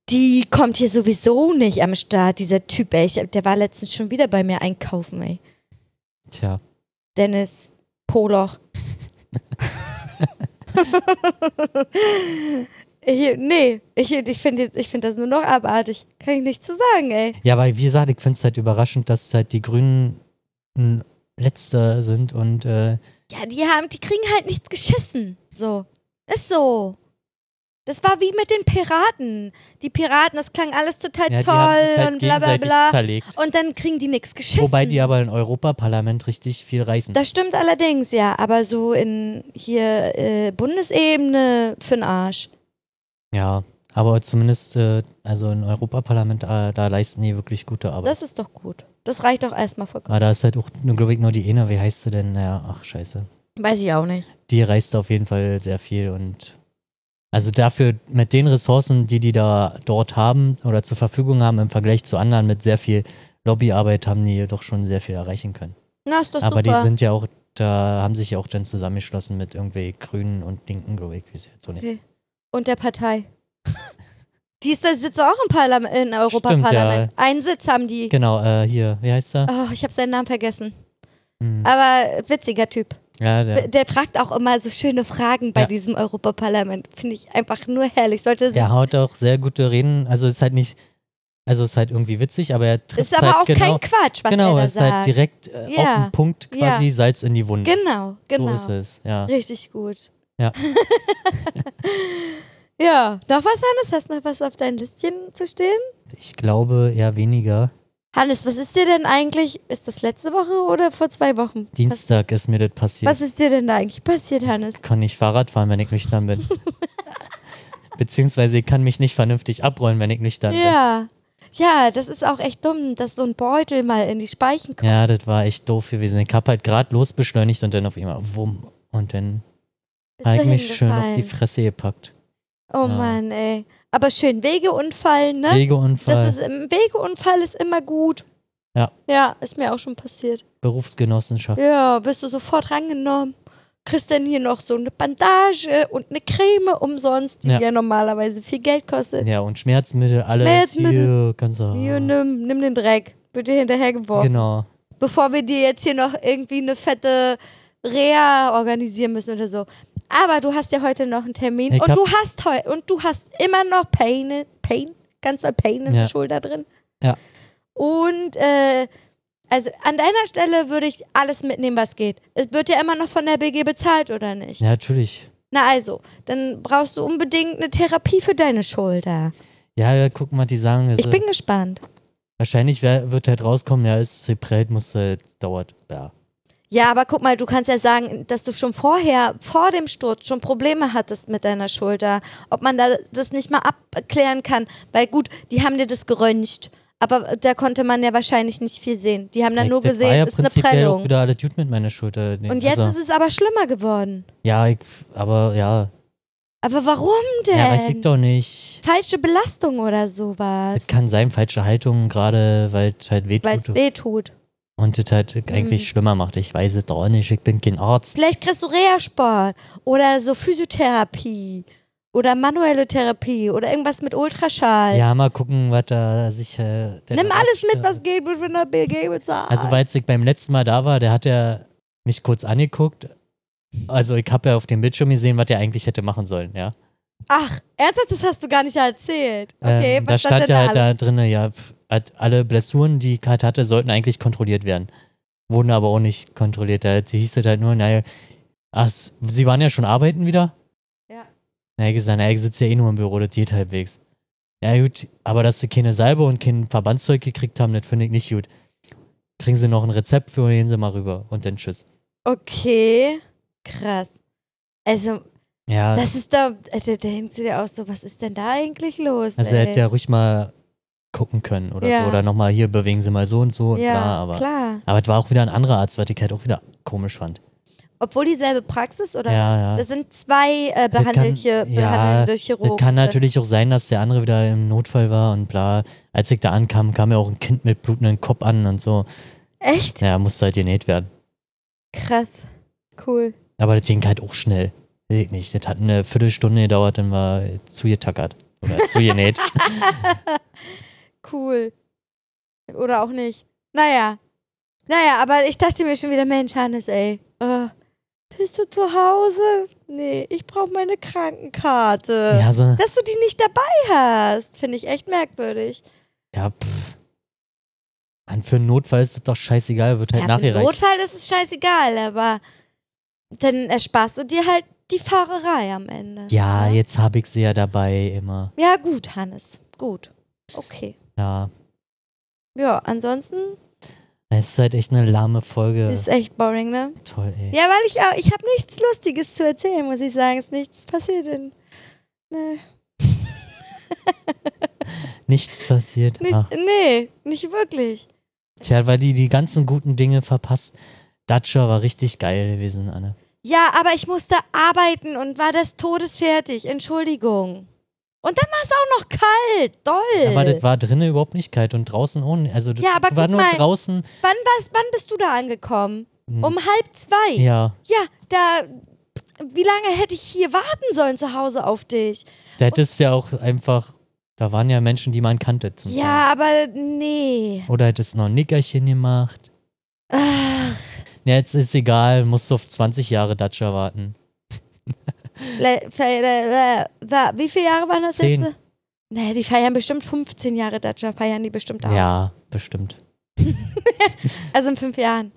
B: die kommt hier sowieso nicht am Start, dieser Typ, ey. Ich, der war letztens schon wieder bei mir einkaufen, ey.
A: Tja,
B: Dennis Poloch. ich, nee, ich, ich finde ich find das nur noch abartig. Kann ich nichts zu sagen, ey.
A: ja, aber wie gesagt, ich finde es halt überraschend, dass halt die Grünen ein Letzter sind und äh,
B: Ja, die haben, die kriegen halt nichts geschissen. So. Ist so. Das war wie mit den Piraten. Die Piraten, das klang alles total
A: ja, die haben sich
B: toll
A: halt
B: und bla bla
A: gegenseitig
B: bla. Oh,
A: zerlegt.
B: Und dann kriegen die nichts geschissen.
A: Wobei die aber im Europaparlament richtig viel reißen.
B: das stimmt allerdings, ja. Aber so in hier äh, Bundesebene für'n Arsch.
A: Ja, aber zumindest, äh, also im Europaparlament, äh, da leisten die wirklich gute Arbeit.
B: Das ist doch gut. Das reicht doch erstmal vollkommen.
A: aber da ist halt auch, glaube ich, nur die Ena, wie heißt sie denn? Naja, ach scheiße.
B: Weiß ich auch nicht.
A: Die reißt auf jeden Fall sehr viel und also dafür mit den Ressourcen, die die da dort haben oder zur Verfügung haben im Vergleich zu anderen mit sehr viel Lobbyarbeit haben die doch schon sehr viel erreichen können.
B: Na, ist doch
A: Aber
B: super.
A: die sind ja auch, da haben sich ja auch dann zusammengeschlossen mit irgendwie Grünen und Linken, glaube ich, wie sie jetzt so nennen.
B: Und der Partei. die ist, da sitzt auch im Parlament, in Europaparlament. Einen Sitz haben die.
A: Genau, äh, hier, wie heißt er?
B: Oh, ich habe seinen Namen vergessen.
A: Hm.
B: Aber witziger Typ.
A: Ja, der,
B: Der, der fragt auch immer so schöne Fragen bei
A: Ja.
B: diesem Europaparlament. Finde ich einfach nur herrlich. Sollte
A: Der haut auch sehr gute Reden. Also ist halt nicht, also ist halt irgendwie witzig, aber er trifft
B: ist aber
A: halt
B: auch
A: genau,
B: kein Quatsch, was
A: genau,
B: er da
A: ist halt
B: sagt.
A: direkt äh, auf
B: Ja,
A: den Punkt
B: ja.
A: quasi Salz in die Wunde.
B: genau, genau.
A: So ist es, ja.
B: Richtig gut.
A: Ja.
B: ja, noch was, Hannes? Hast du noch was auf dein Listchen zu stehen?
A: Ich glaube eher weniger.
B: Hannes, was ist dir denn eigentlich? Ist das letzte Woche oder vor zwei Wochen?
A: Dienstag ist mir das
B: Was,
A: passiert.
B: was ist dir denn da eigentlich passiert, Hannes?
A: Ich kann nicht Fahrrad fahren, wenn ich nüchtern bin. Beziehungsweise ich kann mich nicht vernünftig abrollen, wenn ich nüchtern
B: Ja. Ja, das ist auch echt dumm, dass so ein Beutel mal in die Speichen kommt.
A: bin. Ja, das war echt doof gewesen. Ich hab halt gerade losbeschleunigt und dann auf einmal wumm. Und dann
B: Bist du
A: habe ich mich schön auf die
B: hingefallen?
A: Fresse gepackt.
B: Oh
A: Ja.
B: Mann, ey. Aber schön, Wegeunfall, ne?
A: Wegeunfall,
B: Das ist, ein Wegeunfall ist immer gut.
A: Ja.
B: Ja, ist mir auch schon passiert.
A: Berufsgenossenschaft.
B: Ja, wirst du sofort rangenommen. Kriegst dann hier noch so eine Bandage und eine Creme umsonst, die
A: Ja.
B: ja, normalerweise viel Geld kostet.
A: Ja, und Schmerzmittel, alles.
B: Schmerzmittel.
A: Hier, kannst du,
B: Hier, ne, nimm, nimm den Dreck. Wird dir hinterhergeworfen.
A: Genau.
B: Bevor wir dir jetzt hier noch irgendwie eine fette Reha organisieren müssen oder so. Aber du hast ja heute noch einen Termin
A: Ich
B: und
A: hab-
B: du hast heu und du hast immer noch Pain, Pain, ganz doll Pain in
A: Ja.
B: der Schulter drin.
A: Ja.
B: Und äh, also an deiner Stelle würde ich alles mitnehmen, was geht. Es wird ja immer noch von der BG bezahlt, oder nicht?
A: Ja, natürlich.
B: Na also, dann brauchst du unbedingt eine Therapie für deine Schulter.
A: Ja, ja, guck mal, die sagen, also,
B: Ich bin gespannt.
A: wahrscheinlich wer, wird halt rauskommen, ja, ist Zeprelt, muss halt, dauert, ja.
B: Ja, aber guck mal, du kannst ja sagen, dass du schon vorher, vor dem Sturz, schon Probleme hattest mit deiner Schulter. Ob man da das nicht mal abklären kann. Weil gut, die haben dir das geröntgt. Aber da konnte man ja wahrscheinlich nicht viel sehen. Die haben dann
A: Ich-
B: nur
A: das war
B: gesehen,
A: ja
B: ist eine
A: prinzipiell auch
B: Prellung.
A: wieder alles gut mit meiner Schulter. Nee,
B: Und jetzt
A: also,
B: ist es aber schlimmer geworden.
A: Ja, ich, aber ja.
B: Aber warum denn?
A: Ja, weiß ich doch nicht.
B: Falsche Belastung oder
A: Es
B: sowas.
A: kann sein, falsche Haltung, gerade weil es halt
B: Weil es
A: wehtut
B: weh Mhm. tut.
A: und es halt eigentlich schlimmer macht. Ich weiß es doch nicht, ich bin kein Arzt.
B: Vielleicht kriegst du Reha-Sport oder so Physiotherapie oder manuelle Therapie oder irgendwas mit Ultraschall.
A: Ja, mal gucken, was da sich. Äh, der
B: Nimm
A: Arzt
B: alles mit,
A: da-
B: was geht, wird von der BG bezahlt.
A: Also, weil ich beim letzten Mal da war, der hat ja mich kurz angeguckt. Also, ich habe ja auf dem Bildschirm gesehen, was er eigentlich hätte machen sollen, ja.
B: Ach, ernsthaft, das hast du gar nicht erzählt. Okay,
A: ähm, da
B: was stand
A: stand
B: denn
A: ja
B: da
A: halt
B: alles?
A: da drin, ja, pf, hat alle Blessuren, die ich halt hatte, sollten eigentlich kontrolliert werden. Wurden aber auch nicht kontrolliert. Da hieß es halt nur, naja, ach, s- sie waren ja schon arbeiten wieder?
B: Ja.
A: Na, ich gesagt, naja, ich sitze ja eh nur im Büro, das geht halbwegs. Ja, gut, aber dass sie keine Salbe und kein Verbandszeug gekriegt haben, das finde ich nicht gut. Kriegen sie noch ein Rezept für, gehen sie mal rüber und dann tschüss.
B: Okay, krass. Also,
A: Ja,
B: das ist da, also, da denkst du dir auch so, was ist denn da eigentlich los?
A: also er
B: ey?
A: hätte ja ruhig mal gucken können oder
B: Ja.
A: so. Oder nochmal hier bewegen sie mal so und so und
B: ja,
A: bla, aber.
B: klar.
A: Aber es war auch wieder ein anderer Arzt, was ich halt auch wieder komisch fand.
B: Obwohl dieselbe Praxis oder?
A: Ja, ja.
B: Das sind zwei äh, behandelte,
A: kann- ja,
B: behandelnde Chirurgen.
A: Es kann natürlich auch sein, dass der andere wieder im Notfall war und bla. Als ich da ankam, kam ja auch ein Kind mit blutendem Kopf an und so.
B: Echt?
A: Ja, musste halt genäht werden.
B: Krass. Cool.
A: Aber das ging halt auch schnell. Weiß ich nicht. Das hat eine Viertelstunde gedauert, dann war zugetackert. Oder zugenäht.
B: Cool. Oder auch nicht. Naja. Naja, aber ich dachte mir schon wieder, Mensch, Hannes, ey. äh, bist du zu Hause? Nee, ich brauche meine Krankenkarte.
A: ja, so,
B: Dass du die nicht dabei hast, finde ich echt merkwürdig.
A: ja, pff. Mann, für einen Notfall ist das doch scheißegal, wird halt
B: ja, im
A: nachgereicht.
B: Notfall ist es scheißegal, aber dann ersparst du dir halt die Fahrerei am Ende.
A: ja,
B: ne?
A: jetzt habe ich sie ja dabei immer.
B: Ja, gut, Hannes. Gut. Okay.
A: Ja.
B: Ja, ansonsten
A: Es ist halt echt eine lahme Folge.
B: ist echt boring, ne?
A: Toll, ey.
B: Ja, weil ich auch, ich habe nichts Lustiges zu erzählen, muss ich sagen. Ist nichts passiert in. ne, Nee,
A: Nichts passiert. Ah.
B: nicht,
A: Ach.
B: nee, nicht wirklich.
A: Tja, weil die die ganzen guten Dinge verpasst. Dacia war richtig geil gewesen, Anne.
B: Ja, aber ich musste arbeiten und war des Todes fertig. Entschuldigung. Und dann war es auch noch kalt. Doll.
A: Aber das war drinnen überhaupt nicht kalt und draußen ohne. Also das
B: Äh. Ja, aber
A: war
B: guck
A: nur
B: mal.
A: draußen.
B: wann, war's, wann bist du da angekommen?
A: Hm,
B: Um halb zwei.
A: ja,
B: ja, da. Wie lange hätte ich hier warten sollen zu Hause auf dich?
A: da hättest du ja auch einfach, da waren ja Menschen, die man kannte zum Teil.
B: Ja, aber nee.
A: Oder hättest noch ein Nickerchen gemacht.
B: Ach,
A: Ja, jetzt ist egal, musst du auf 20 Jahre Dacia warten.
B: le- fe- le- le- da- wie viele Jahre waren das
A: Zehn.
B: jetzt? Nee, die feiern bestimmt 15 Jahre Dacia, feiern die bestimmt auch.
A: Ja, bestimmt.
B: Also in fünf Jahren.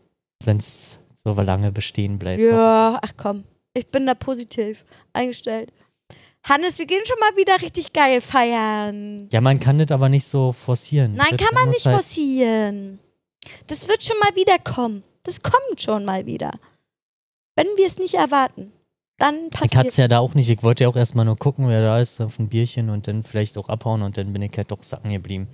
A: Wenn es so lange bestehen bleibt.
B: Ja, ach komm. Ich bin da positiv eingestellt. Hannes, wir gehen schon mal wieder richtig geil feiern.
A: Ja, man kann das aber nicht so forcieren.
B: Nein,
A: Das
B: kann man
A: muss
B: nicht
A: halt-
B: forcieren. Das wird schon mal wieder kommen. Das kommt schon mal wieder. Wenn wir es nicht erwarten, dann
A: Ich hatte
B: passiert
A: es ja da auch nicht. Ich wollte ja auch erstmal nur gucken, wer da ist, auf ein Bierchen und dann vielleicht auch abhauen und dann bin ich halt doch sacken geblieben.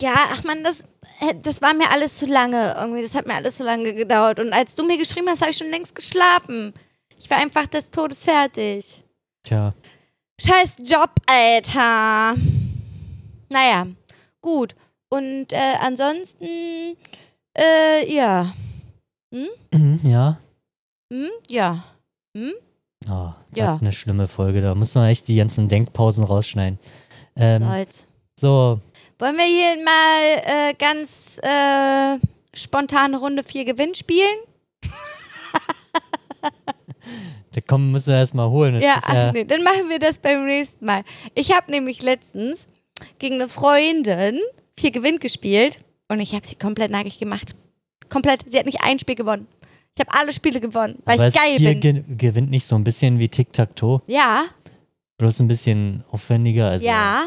B: Ja, ach man, das, äh, das war mir alles zu lange irgendwie. Das hat mir alles zu lange gedauert. Und als du mir geschrieben hast, habe ich schon längst geschlafen. Ich war einfach des Todes fertig.
A: Tja,
B: Scheiß Job, Alter. Naja, gut. Und äh, ansonsten, äh, ja.
A: ja.
B: Hm? Ja.
A: Oh,
B: Ja.
A: ja. Eine schlimme Folge. Da muss man echt die ganzen Denkpausen rausschneiden. Ähm,
B: Leute.
A: so,
B: Wollen wir hier mal äh, ganz äh, spontane Runde 4 Gewinn spielen?
A: da kommen müssen wir erstmal holen. Das
B: Ja,
A: ist
B: ach nee, dann machen wir das beim nächsten Mal. Ich habe nämlich letztens gegen eine Freundin vier Gewinn gespielt und ich habe sie komplett nackig gemacht. Komplett. Sie hat nicht ein Spiel gewonnen. Ich habe alle Spiele gewonnen, weil
A: aber
B: ich
A: es
B: geil
A: hier
B: bin.
A: ge- gewinnt nicht so ein bisschen wie Tic-Tac-Toe,
B: ja,
A: bloß ein bisschen aufwendiger. Also,
B: ja.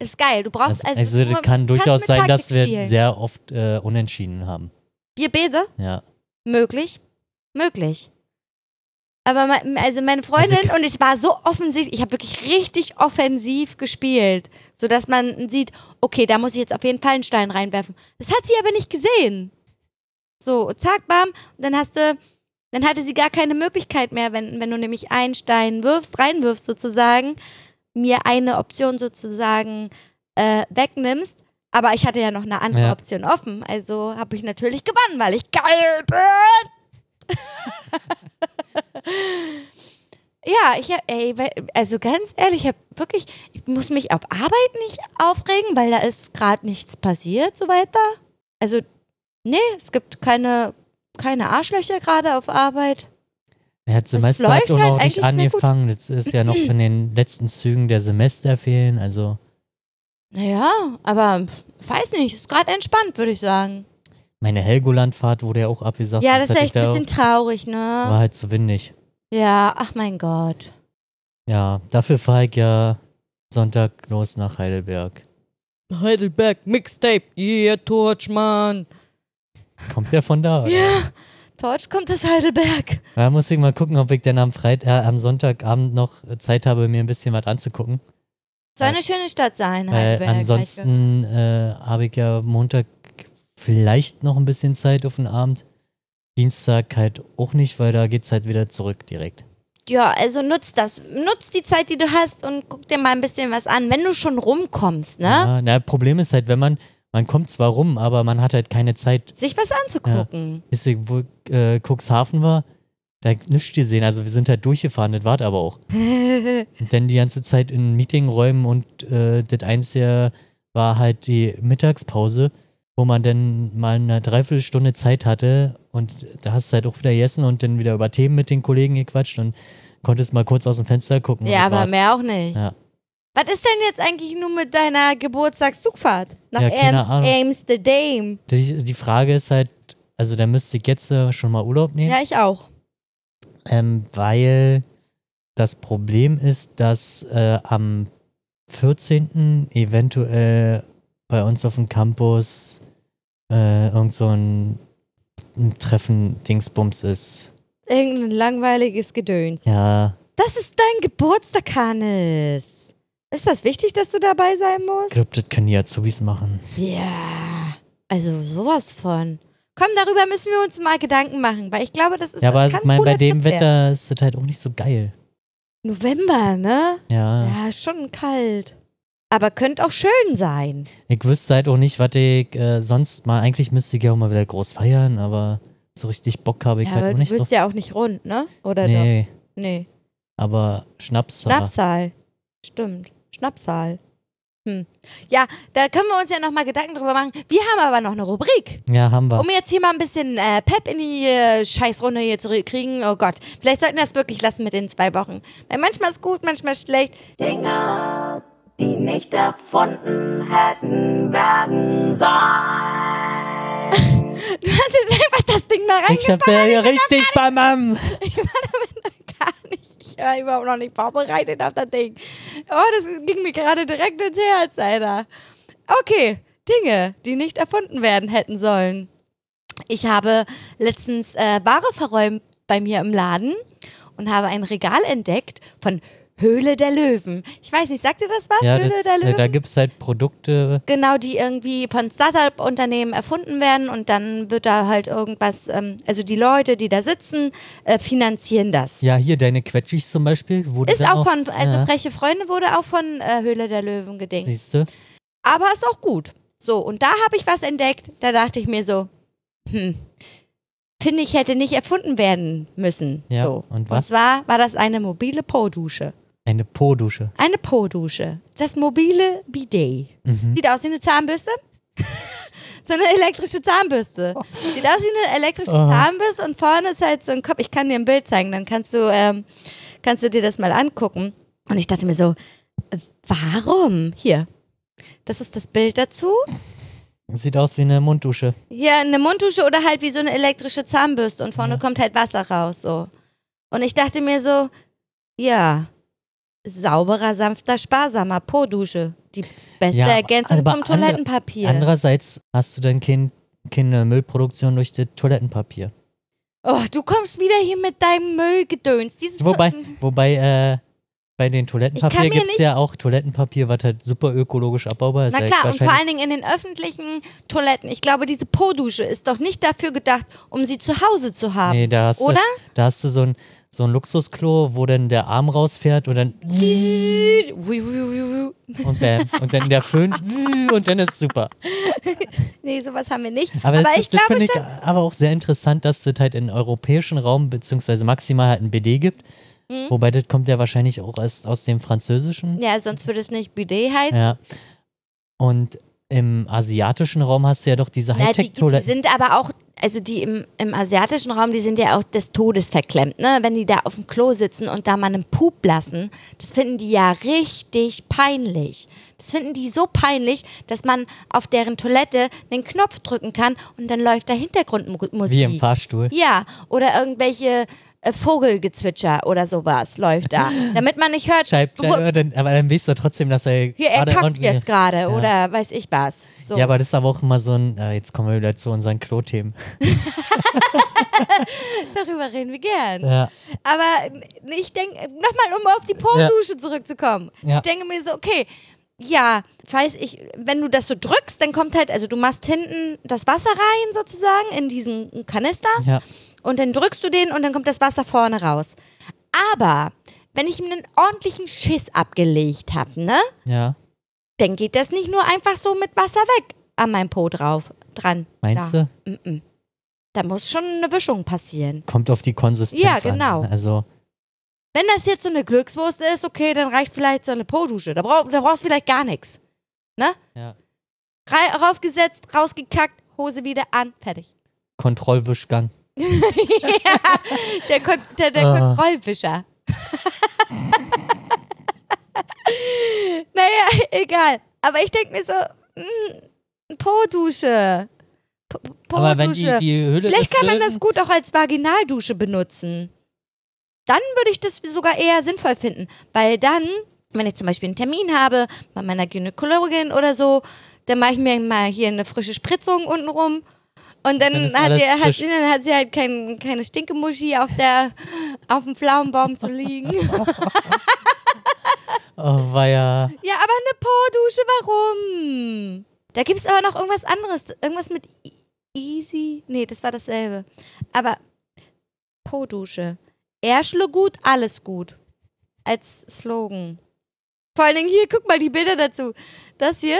B: Ist geil. Du brauchst
A: Das,
B: also.
A: also,
B: du
A: das kann
B: kannst
A: durchaus
B: mit
A: sein,
B: Taktik
A: dass wir
B: spielen.
A: sehr oft äh, unentschieden haben.
B: Wir beide?
A: Ja.
B: Möglich. Möglich. Aber me- also meine Freundin
A: Also
B: und ich war so offensichtlich, ich habe wirklich richtig offensiv gespielt, sodass man sieht, okay, da muss ich jetzt auf jeden Fall einen Stein reinwerfen. Das hat sie aber nicht gesehen. So, zack, bam, und dann hast du, dann hatte sie gar keine Möglichkeit mehr, wenn, wenn du nämlich einen Stein wirfst, reinwirfst sozusagen, mir eine Option sozusagen äh, wegnimmst. Aber ich hatte ja noch eine andere
A: Ja.
B: Option offen. Also habe ich natürlich gewonnen, weil ich geil bin. ja, ich hab, ey, weil- also ganz ehrlich, ich habe wirklich, ich muss mich auf Arbeit nicht aufregen, weil da ist gerade nichts passiert, so weiter. Also, nee, es gibt keine, keine Arschlöcher gerade auf Arbeit.
A: Er hat Semester hat
B: läuft
A: auch
B: halt
A: noch
B: eigentlich
A: nicht
B: sehr gut.
A: angefangen. Das ist ja noch in den letzten Zügen der Semesterferien. Also
B: Naja, aber weiß nicht, ist gerade entspannt, würde ich sagen.
A: meine Helgoland-Fahrt wurde ja auch abgesagt.
B: ja,
A: und
B: das
A: das
B: ist
A: hatte
B: echt
A: ich
B: ein
A: da
B: bisschen traurig, ne?
A: auch- War halt zu windig.
B: Ja, ach mein Gott.
A: Ja, dafür fahre ich ja Sonntag los nach Heidelberg.
B: Heidelberg Mixtape, yeah, Torchmann.
A: Kommt der von da? oder?
B: Ja, Torch kommt aus Heidelberg.
A: Da muss ich mal gucken, ob ich denn am Freit äh, am Sonntagabend noch Zeit habe, mir ein bisschen was anzugucken.
B: Soll eine schöne Stadt sein,
A: Weil
B: Heidelberg. hab ich gehört.
A: Äh, ansonsten äh, habe ich ja Montag vielleicht noch ein bisschen Zeit auf den Abend. Dienstag halt auch nicht, weil da geht's halt wieder zurück direkt.
B: Ja, also nutz das. Nutz die Zeit, die du hast und guck dir mal ein bisschen was an, wenn du schon rumkommst, ne?
A: Ja, na, Problem ist halt, wenn man, man kommt zwar rum, aber man hat halt keine Zeit.
B: Sich was anzugucken.
A: Bis ich, wo äh, Cuxhaven war, da hab ich nichts gesehen. Also wir sind halt durchgefahren, das war aber auch. Und dann die ganze Zeit in Meetingräumen und äh, das einzige war halt die Mittagspause, wo man dann mal eine Dreiviertelstunde Zeit hatte und da hast du halt auch wieder gegessen und dann wieder über Themen mit den Kollegen gequatscht und konntest mal kurz aus dem Fenster gucken. und
B: ja,
A: das
B: aber
A: war's.
B: mehr auch nicht.
A: Ja.
B: Was ist denn jetzt eigentlich nur mit deiner Geburtstagszugfahrt? Nach
A: Ja, keine
B: Am-
A: Ahnung.
B: Amsterdam.
A: die, die Frage ist halt, also da müsste ich jetzt äh, schon mal Urlaub nehmen,
B: Ja, ich auch.
A: ähm, weil das Problem ist, dass äh, am 14. eventuell bei uns auf dem Campus äh, irgend so ein, ein Treffen Dingsbums ist.
B: Irgendein langweiliges Gedöns.
A: Ja,
B: Das ist dein Geburtstag, Hannes. Ist das wichtig, dass du dabei sein
A: ich
B: musst?
A: glaube, das können die Azubis machen.
B: Ja. Also sowas von. Komm, darüber müssen wir uns mal Gedanken machen, weil ich glaube, das ist
A: Ja, aber
B: kann
A: ich
B: ein
A: meine, bei
B: cooler
A: dem
B: Trip werden.
A: Wetter ist das halt auch nicht so geil.
B: November, ne?
A: Ja.
B: Ja, ist schon kalt. Aber könnte auch schön sein.
A: Ich wüsste halt auch nicht, was ich äh, sonst mal, eigentlich müsste ich ja auch mal wieder groß feiern, aber so richtig Bock habe ich
B: ja,
A: halt
B: aber
A: auch
B: du
A: nicht
B: bist
A: drauf.
B: ja auch nicht rund, ne? Oder doch?
A: nee,
B: Nee.
A: aber Schnaps. aber-
B: Schnapsal. Stimmt. Schnapsal. Hm. Ja, da können wir uns ja nochmal Gedanken drüber machen. Wir haben aber noch eine Rubrik.
A: Ja, haben wir.
B: Um jetzt hier mal ein bisschen äh, Pep in die äh, Scheißrunde hier zu kriegen. Oh Gott, vielleicht sollten wir das wirklich lassen mit den zwei Wochen. Weil manchmal ist gut, manchmal schlecht.
C: Dinge, die nicht erfunden hätten werden sollen.
B: Du hast jetzt einfach das Ding mal
A: Ich hab
B: reingepackt.
A: ja hier richtig beim Am.
B: Gar nicht. Ich war überhaupt noch nicht vorbereitet auf das Ding. Oh, das ging mir gerade direkt ins Herz, Alter. Okay, Dinge, die nicht erfunden werden hätten sollen. Ich habe letztens äh, Ware verräumt bei mir im Laden und habe ein Regal entdeckt von Höhle der Löwen. Ich weiß nicht, sagt ihr das was?
A: Ja,
B: Höhle
A: das,
B: der
A: äh,
B: Löwen?
A: da gibt es halt Produkte.
B: Genau, die irgendwie von Startup-Unternehmen erfunden werden und dann wird da halt irgendwas, ähm, also die Leute, die da sitzen, äh, finanzieren das.
A: Ja, hier deine Quetschis zum Beispiel. Wurde
B: Ist
A: dann
B: auch von, also
A: ja,
B: Freche Freunde wurde auch von äh, Höhle der Löwen gedingt.
A: Siehst du?
B: Aber ist auch gut. So, und da habe ich was entdeckt, da dachte ich mir so, hm, finde ich, hätte nicht erfunden werden müssen.
A: Ja,
B: so.
A: und was?
B: Und zwar war das eine mobile Po-Dusche.
A: Eine Po-Dusche.
B: Eine Po-Dusche. Das mobile Bidet.
A: Mhm.
B: Sieht aus wie eine Zahnbürste. so eine elektrische Zahnbürste. Sieht aus wie eine elektrische
A: Aha.
B: Zahnbürste und vorne ist halt so ein Kopf. Ich kann dir ein Bild zeigen, dann kannst du, ähm, kannst du dir das mal angucken. Und ich dachte mir so, äh, warum? Hier. Das ist das Bild dazu.
A: Sieht aus wie eine Munddusche.
B: Hier eine Munddusche oder halt wie so eine elektrische Zahnbürste und vorne kommt halt Wasser raus. So. Und ich dachte mir so, ja, sauberer, sanfter, sparsamer Po-Dusche. Die beste
A: Ja, aber-
B: Ergänzung
A: aber
B: vom
A: andere-
B: Toilettenpapier.
A: Andererseits hast du dann kein, keine Müllproduktion durch das Toilettenpapier.
B: Oh, du kommst wieder hier mit deinem Müllgedöns. Dieses
A: Wobei, wobei äh, bei den
B: Ich kann
A: Toilettenpapier
B: mir
A: gibt es
B: nicht-
A: ja auch Toilettenpapier, was halt super ökologisch abbaubar ist.
B: Na
A: halt
B: klar, und vor
A: wahrscheinlich-
B: allen Dingen in den öffentlichen Toiletten. Ich glaube, diese Po-Dusche ist doch nicht dafür gedacht, um sie zu Hause zu haben.
A: Nee, da hast,
B: Oder?
A: Du, da hast du so ein, so ein Luxusklo, wo dann der Arm rausfährt und dann
B: Ui, ui, ui, ui.
A: und bam. Und dann der Föhn und dann ist super.
B: Nee, sowas haben wir nicht.
A: Aber,
B: Aber,
A: das,
B: ich
A: das
B: glaube
A: finde ich
B: schon.
A: aber auch sehr interessant, dass das halt im europäischen Raum beziehungsweise maximal halt ein BD gibt.
B: Mhm.
A: Wobei das kommt ja wahrscheinlich auch erst aus dem Französischen.
B: Ja, sonst würde es nicht Bidet heißen.
A: Ja. Und im asiatischen Raum hast du ja doch diese
B: Na, die, die
A: Hightech-Toiletten.
B: sind aber auch, also die im, im asiatischen Raum, die sind ja auch des Todes verklemmt, ne? Wenn die da auf dem Klo sitzen und da mal einen Pup lassen, das finden die ja richtig peinlich. Das finden die so peinlich, dass man auf deren Toilette einen Knopf drücken kann und dann läuft da Hintergrundmusik.
A: Wie im Fahrstuhl.
B: Ja, oder irgendwelche äh, Vogelgezwitscher oder sowas läuft da. Damit man nicht hört,
A: Scheibt,
B: wo-
A: aber dann, aber dann weißt du trotzdem, dass er
B: hier, er
A: gerade
B: kackt
A: ordentlich-
B: jetzt gerade
A: Ja.
B: oder weiß ich was. So.
A: Ja, aber das ist aber auch immer so ein, ah, jetzt kommen wir wieder zu unseren Klo-Themen.
B: Darüber reden wir gern.
A: Ja,
B: Aber ich denke, nochmal, um auf die Porndusche zurückzukommen.
A: Ja.
B: Ich denke mir so, okay, ja, weiß ich, wenn du das so drückst, dann kommt halt, also du machst hinten das Wasser rein sozusagen in diesen Kanister
A: ja.
B: und dann drückst du den und dann kommt das Wasser vorne raus. Aber wenn ich ihm einen ordentlichen Schiss abgelegt habe, ne,
A: Ja,
B: dann geht das nicht nur einfach so mit Wasser weg an meinem Po drauf, dran.
A: meinst
B: da.
A: du?
B: du? Mm -mm. Da muss schon eine Wischung passieren.
A: Kommt auf die Konsistenz
B: Ja, genau.
A: an. Also,
B: Wenn das jetzt so eine Glückswurst ist, okay, dann reicht vielleicht so eine Po-Dusche. Da, brauch, da brauchst du vielleicht gar nichts. Ne?
A: Ja.
B: Rei- Raufgesetzt, rausgekackt, Hose wieder an, fertig.
A: Kontrollwischgang.
B: ja, der, Kon der, der
A: Ah.
B: Kontrollwischer. naja, egal. Aber ich denke mir so, mm, mh, Po-Dusche. Po-
A: Aber wenn die,
B: Po-Dusche.
A: die Hülle
B: Vielleicht
A: des
B: kann man
A: Löwen-
B: das gut auch als Vaginaldusche benutzen. Dann würde ich das sogar eher sinnvoll finden, weil dann, wenn ich zum Beispiel einen Termin habe bei meiner Gynäkologin oder so, dann mache ich mir mal hier eine frische Spritzung untenrum. Und dann,
A: Dann ist
B: hat,
A: alles
B: der, hat,
A: frisch.
B: dann hat sie halt kein, keine Stinkemuschi auf, der, auf dem Pflaumenbaum zu liegen.
A: Oh, weia.
B: Ja, aber eine Po-Dusche, warum? Da gibt's aber noch irgendwas anderes. Irgendwas mit I- Easy. Nee, das war dasselbe. Aber Po-Dusche. Erschle gut, alles gut. Als Slogan. Vor allen Dingen hier, guck mal die Bilder dazu. Das hier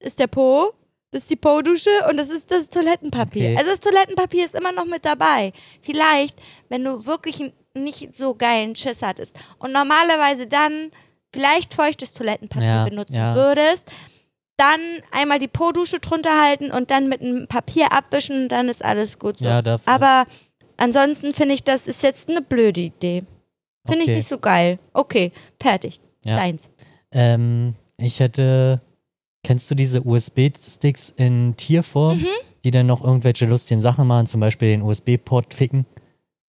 B: ist der Po, das ist die Po-Dusche und das ist das Toilettenpapier.
A: Okay.
B: Also das Toilettenpapier ist immer noch mit dabei. Vielleicht, wenn du wirklich n- nicht so geilen Schiss hattest und normalerweise dann vielleicht feuchtes Toilettenpapier
A: Ja,
B: benutzen
A: ja.
B: würdest, dann einmal die Po-Dusche drunter halten und dann mit einem Papier abwischen, dann ist alles gut so.
A: Ja, dafür.
B: Aber ansonsten finde ich, das ist jetzt eine blöde Idee. Finde
A: Okay.
B: ich nicht so geil. Okay, fertig.
A: Ja.
B: Deins.
A: Ähm, ich hätte. Kennst du diese USB-Sticks in Tierform,
B: Mhm.
A: die dann noch irgendwelche lustigen Sachen machen, zum Beispiel den USB-Port ficken?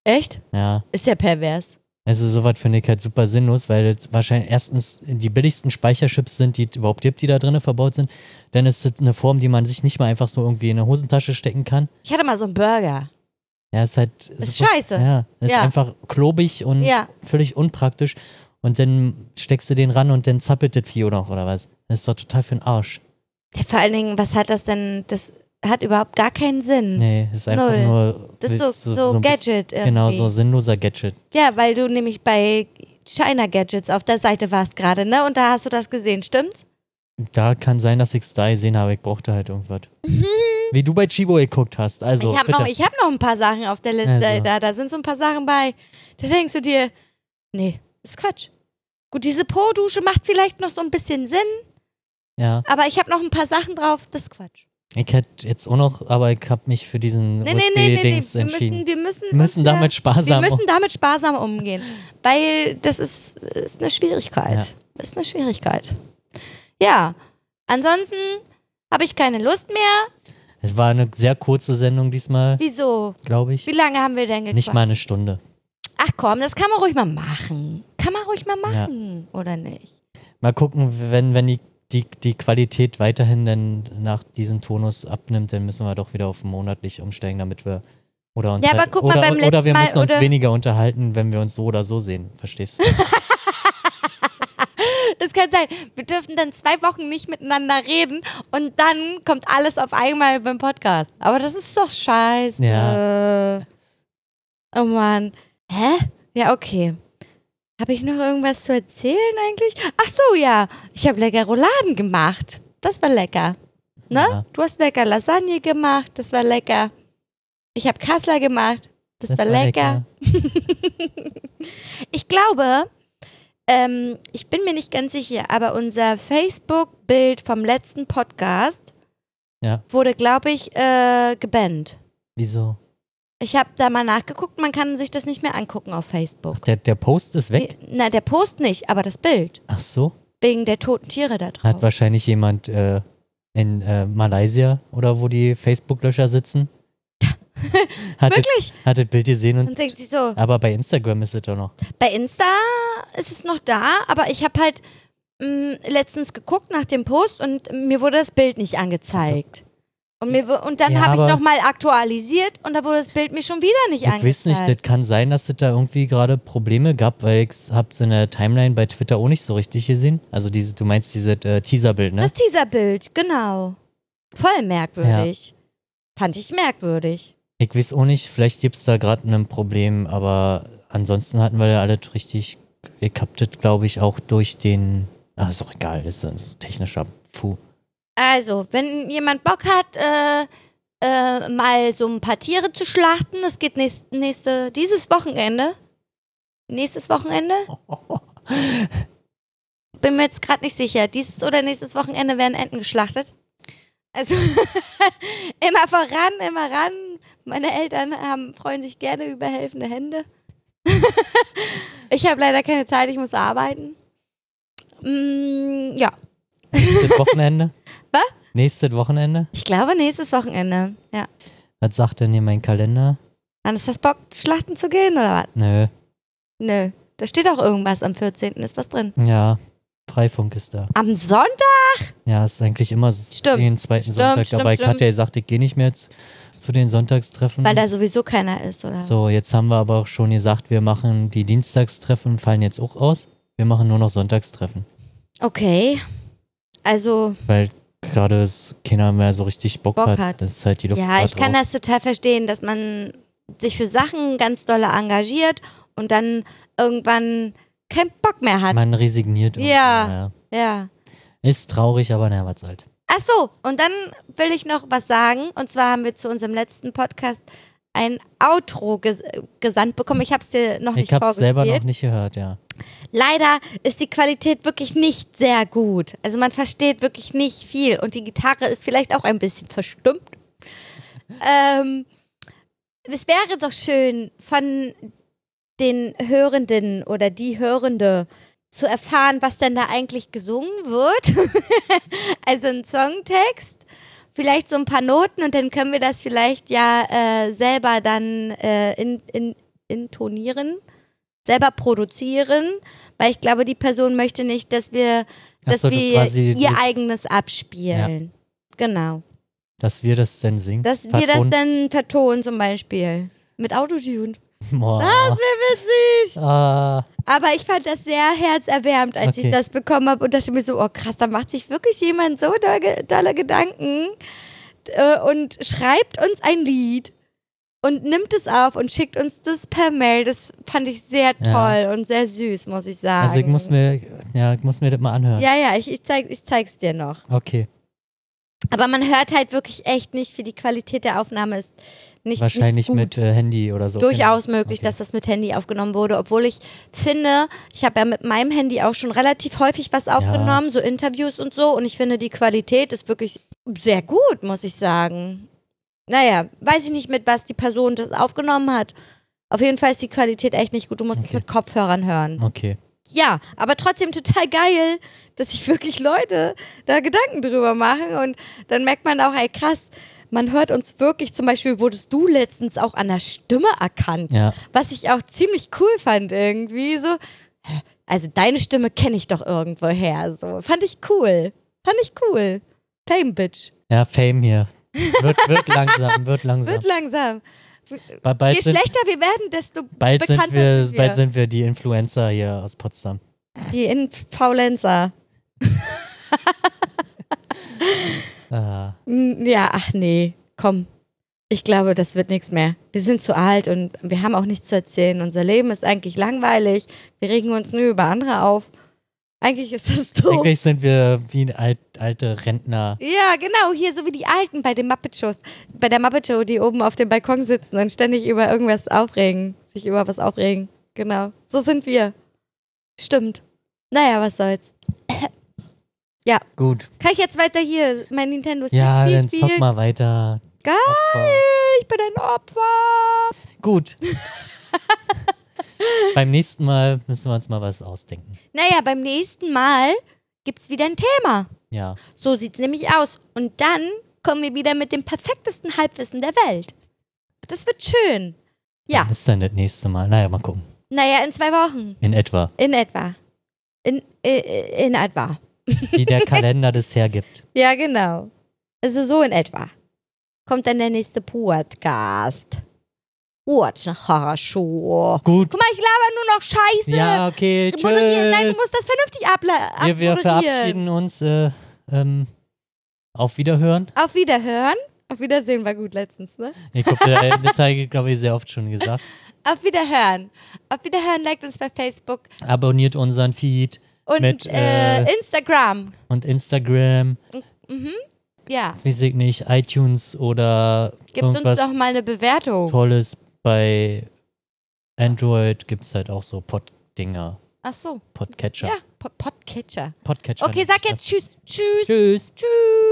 B: Echt?
A: Ja.
B: Ist ja pervers.
A: Also sowas finde ich halt super sinnlos, weil das wahrscheinlich erstens die billigsten Speicherchips sind, die es überhaupt gibt, die da drinne verbaut sind. Dann ist das eine Form, die man sich nicht mal einfach so irgendwie in eine Hosentasche stecken kann.
B: Ich hatte mal so einen Burger.
A: Ja, ist halt.
B: Ist
A: super-
B: scheiße.
A: Ja, ist
B: Ja.
A: einfach klobig und
B: Ja.
A: völlig unpraktisch. Und dann steckst du den ran und dann zappelt das Vieh noch oder was. Das ist doch total für den Arsch.
B: Ja, vor allen Dingen, was hat das denn? Das hat überhaupt gar keinen Sinn.
A: Nee, ist einfach
B: Null.
A: nur.
B: Das ist so, so,
A: ein bisschen-
B: Gadget irgendwie.
A: Genau, so sinnloser Gadget.
B: Ja, weil du nämlich bei China Gadgets auf der Seite warst gerade, ne? Und da hast du das gesehen, stimmt's?
A: Da kann sein, dass ich es da gesehen habe. Ich brauchte halt irgendwas. Wie du bei Chibo geguckt hast. Also,
B: Mhm. ich habe
A: bitte.
B: noch, ich hab noch ein paar Sachen auf der Liste.
A: Also.
B: Da, da sind so ein paar Sachen bei. Da denkst du dir, nee, ist Quatsch. Gut, diese Po-Dusche macht vielleicht noch so ein bisschen Sinn,
A: ja.
B: aber ich habe noch ein paar Sachen drauf, das ist Quatsch.
A: Ich hätte jetzt auch noch, aber ich habe mich für diesen
B: Nee, nee, nee, nee, nee.
A: USB-Dings
B: Wir müssen,
A: entschieden.
B: wir müssen,
A: Wir müssen
B: uns ja-
A: damit sparsam
B: Wir müssen
A: um-
B: damit sparsam umgehen, weil das ist, ist eine Schwierigkeit. Ist eine Schwierigkeit. Ja, ansonsten habe ich keine Lust mehr.
A: Es war eine sehr kurze Sendung diesmal,
B: Wieso?
A: glaube ich.
B: Wie lange haben wir denn gequatscht?
A: Nicht mal eine Stunde.
B: Ach komm, das kann man ruhig mal machen. Kann man ruhig mal machen, oder nicht?
A: Mal gucken, wenn, wenn die, die, die Qualität weiterhin dann nach diesem Tonus abnimmt, dann müssen wir doch wieder auf monatlich umsteigen, damit wir. Oder uns
B: Ja, aber
A: halt,
B: guck mal,
A: oder,
B: beim
A: oder wir
B: letzten Mal,
A: müssen uns
B: oder-
A: weniger unterhalten, wenn wir uns so oder so sehen. Verstehst du?
B: Das kann sein. Wir dürfen dann zwei Wochen nicht miteinander reden und dann kommt alles auf einmal beim Podcast. Aber das ist doch scheiße. Oh Mann. Hä? Ja, okay. Habe ich noch irgendwas zu erzählen eigentlich? Ach so, ja. Ich habe lecker Rouladen gemacht. Das war lecker. Ne?
A: Ja.
B: Du hast lecker Lasagne gemacht. Das war lecker. Ich habe Kassler gemacht. Das, war, lecker. Ich glaube, ähm, ich bin mir nicht ganz sicher, aber unser Facebook-Bild vom letzten Podcast
A: Ja.
B: wurde, glaube ich, äh, gebannt.
A: Wieso?
B: Ich habe da mal nachgeguckt, man kann sich das nicht mehr angucken auf Facebook.
A: Der, der Post ist weg.
B: Wie- Na, der Post nicht, aber das Bild.
A: Ach so.
B: Wegen der toten Tiere da
A: Hat
B: drauf.
A: wahrscheinlich jemand äh, in äh, Malaysia oder wo die Facebook-Löscher sitzen. Hat
B: Wirklich?
A: Das, hat das Bild gesehen und,
B: Und denkt sich so,
A: aber bei Instagram ist es doch noch.
B: bei Insta ist es noch da, aber ich habe halt mh, letztens geguckt nach dem Post und mir wurde das Bild nicht angezeigt. Und, mir, wu- und dann
A: Ja,
B: habe ich
A: aber-
B: nochmal aktualisiert und da wurde das Bild mir schon wieder nicht
A: Ich weiß
B: angezeigt.
A: nicht, das kann sein, dass es da irgendwie gerade Probleme gab, weil ich hab's in der Timeline bei Twitter auch nicht so richtig gesehen. Also diese, du meinst dieses äh, Teaserbild, ne?
B: Das Teaserbild, genau. Voll merkwürdig. Fand ich merkwürdig.
A: Ich weiß auch nicht, vielleicht gibt's da gerade ein Problem, aber ansonsten hatten wir da alles richtig. Ich hab das, glaube ich, auch durch den. Ah, ist auch egal, das ist ein technischer Puh.
B: Also, wenn jemand Bock hat, äh, äh, mal so ein paar Tiere zu schlachten, es geht nächst, nächste, dieses Wochenende. Nächstes Wochenende? Bin mir jetzt gerade nicht sicher. Dieses oder nächstes Wochenende werden Enten geschlachtet. Also immer voran, immer ran. Meine Eltern haben, freuen sich gerne über helfende Hände. ich habe leider keine Zeit, ich muss arbeiten. Mm, ja,
A: Nächstes Wochenende?
B: Was?
A: Nächstes Wochenende?
B: ich glaube nächstes Wochenende. Ja.
A: Was sagt denn hier mein Kalender?
B: Hannes, hast Bock, schlachten zu gehen oder was?
A: Nö.
B: Nö. Da steht auch irgendwas am 14. Ist was drin.
A: Ja, Freifunk ist da.
B: Am Sonntag?
A: Ja, ist eigentlich immer so
B: Stimmt.
A: jeden zweiten
B: Stimmt,
A: Sonntag.
B: stimmt,
A: aber ich
B: stimmt.
A: hatte ja gesagt, ich gehe nicht mehr zu, zu den Sonntagstreffen.
B: Weil da sowieso keiner ist, oder?
A: so, jetzt haben wir aber auch schon gesagt, wir machen die Dienstagstreffen, fallen jetzt auch aus. Wir machen nur noch Sonntagstreffen.
B: Okay. Also,
A: Weil gerade es keiner mehr so richtig Bock,
B: Bock
A: hat.
B: hat.
A: Das ist halt die Luft
B: ja,
A: da
B: ich kann
A: drauf.
B: das total verstehen, dass man sich für Sachen ganz doll engagiert und dann irgendwann keinen Bock mehr hat.
A: Man resigniert. irgendwie,
B: Ja.
A: naja.
B: ja.
A: Ist traurig, aber naja, was halt.
B: Ach so, und dann will ich noch was sagen. Und zwar haben wir zu unserem letzten Podcast ein Outro ges gesandt bekommen. Ich habe es dir noch nicht
A: Ich hab's selber
B: vorgespielt.
A: noch nicht gehört, ja.
B: Leider ist die Qualität wirklich nicht sehr gut. Also man versteht wirklich nicht viel und die Gitarre ist vielleicht auch ein bisschen verstummt. ähm, es wäre doch schön von den Hörenden oder die Hörende zu erfahren, was denn da eigentlich gesungen wird. also ein Songtext, vielleicht so ein paar Noten und dann können wir das vielleicht ja äh, selber dann äh, in, in, intonieren, selber produzieren, weil ich glaube, die Person möchte nicht, dass wir,
A: Ach
B: dass
A: so, du
B: wir
A: quasi
B: ihr
A: die-
B: eigenes abspielen. Genau.
A: Dass wir das denn singen.
B: Dass wir das
A: Vertonen.
B: dann vertonen zum Beispiel. Mit Autotune. Ah,
A: Boah.
B: Das wäre witzig.
A: Ah.
B: Aber ich fand das sehr herzerwärmend, als
A: Okay.
B: ich das bekommen habe und dachte mir so, oh krass, da macht sich wirklich jemand so dolle, ge- dolle Gedanken äh, und schreibt uns ein Lied und nimmt es auf und schickt uns das per Mail. Das fand ich sehr toll
A: Ja.
B: und sehr süß, muss ich sagen.
A: Also ich muss mir, ja, ich muss mir das mal anhören.
B: Ja, ja, ich, ich, zeig, ich zeig's dir noch.
A: Okay.
B: Aber man hört halt wirklich echt nicht, wie die Qualität der Aufnahme ist. Nicht, nicht
A: Wahrscheinlich
B: gut.
A: mit äh, Handy oder so.
B: Durchaus möglich,
A: Okay.
B: dass das mit Handy aufgenommen wurde, obwohl ich finde, ich habe ja mit meinem Handy auch schon relativ häufig was aufgenommen, so Interviews und so, und ich finde, die Qualität ist wirklich sehr gut, muss ich sagen. Naja, weiß ich nicht, mit was die Person das aufgenommen hat. Auf jeden Fall ist die Qualität echt nicht gut. Du musst es
A: Okay.
B: mit Kopfhörern hören.
A: Okay.
B: Ja, aber trotzdem total geil, dass sich wirklich Leute da Gedanken drüber machen. Und dann merkt man auch, ey krass, man hört uns wirklich, zum Beispiel wurdest du letztens auch an der Stimme erkannt.
A: Ja.
B: Was ich auch ziemlich cool fand irgendwie. So, hä, also deine Stimme kenne ich doch irgendwo her. So, fand ich cool. Fand ich cool. Fame Bitch.
A: Ja, Fame hier. Wird, wird langsam, wird langsam. Äh,
B: Wird langsam.
A: Ba-
B: Je
A: bald sind,
B: schlechter wir werden, desto
A: bald,
B: bekannter
A: sind wir,
B: sind wir.
A: bald sind wir die Influencer hier aus Potsdam.
B: Die Infaulenzer.
A: Ah,
B: Mm, Ja, ach nee, komm. Ich glaube, das wird nichts mehr. Wir sind zu alt und wir haben auch nichts zu erzählen. Unser Leben ist eigentlich langweilig. Wir regen uns nur über andere auf. Eigentlich ist das doof.
A: Eigentlich sind wir wie ein alt, alte Rentner.
B: Ja, genau, hier so wie die Alten bei den Muppet Shows, bei der Muppet Show, die oben auf dem Balkon sitzen und ständig über irgendwas aufregen, sich über was aufregen. Genau, so sind wir. Stimmt. Naja, was soll's. Ja,
A: Gut.
B: kann ich jetzt weiter hier mein Nintendo Switch
A: Ja,
B: Spiel
A: dann zock
B: spielen?
A: mal weiter.
B: Geil, ich bin ein Opfer.
A: Gut. Beim nächsten Mal müssen wir uns mal was ausdenken.
B: Naja, beim nächsten Mal gibt's wieder ein Thema.
A: Ja.
B: So sieht's nämlich aus. Und dann kommen wir wieder mit dem perfektesten Halbwissen der Welt. wird. Es wird schön. Ja,
A: Ist dann das nächste Mal. Naja, mal gucken.
B: naja, in zwei Wochen.
A: In etwa.
B: In etwa. In, äh, in etwa.
A: Wie der Kalender das hergibt.
B: Ja, genau. Also so in etwa. Kommt dann der nächste Podcast. Watch nach Horrorshow.
A: Gut.
B: Guck mal, ich laber nur noch Scheiße.
A: Ja, okay. Tschüss.
B: Moderieren. Nein, du musst das vernünftig abla-
A: wir, wir
B: abmoderieren.
A: verabschieden uns. Äh, ähm, auf Wiederhören.
B: Auf Wiederhören. Auf Wiedersehen war gut letztens, ne?
A: Ich glaube, das habe ich, glaube ich, sehr oft schon gesagt.
B: Auf Wiederhören. Auf Wiederhören, liked uns bei Facebook
A: Abonniert unseren Feed
B: und
A: Mit,
B: äh,
A: äh,
B: Instagram. Mhm.
A: und Instagram.
B: Ja.
A: Weiß ich nicht, iTunes oder
B: Gebt uns
A: irgendwas
B: doch mal eine Bewertung.
A: Tolles. Bei Android gibt es halt auch so Pod-Dinger.
B: Ach so.
A: Podcatcher.
B: Ja, Po- Podcatcher.
A: Podcatcher.
B: Okay, sag
A: nennt's
B: jetzt Tschüss. Tschüss.
A: das. Tschüss.
B: Tschüss.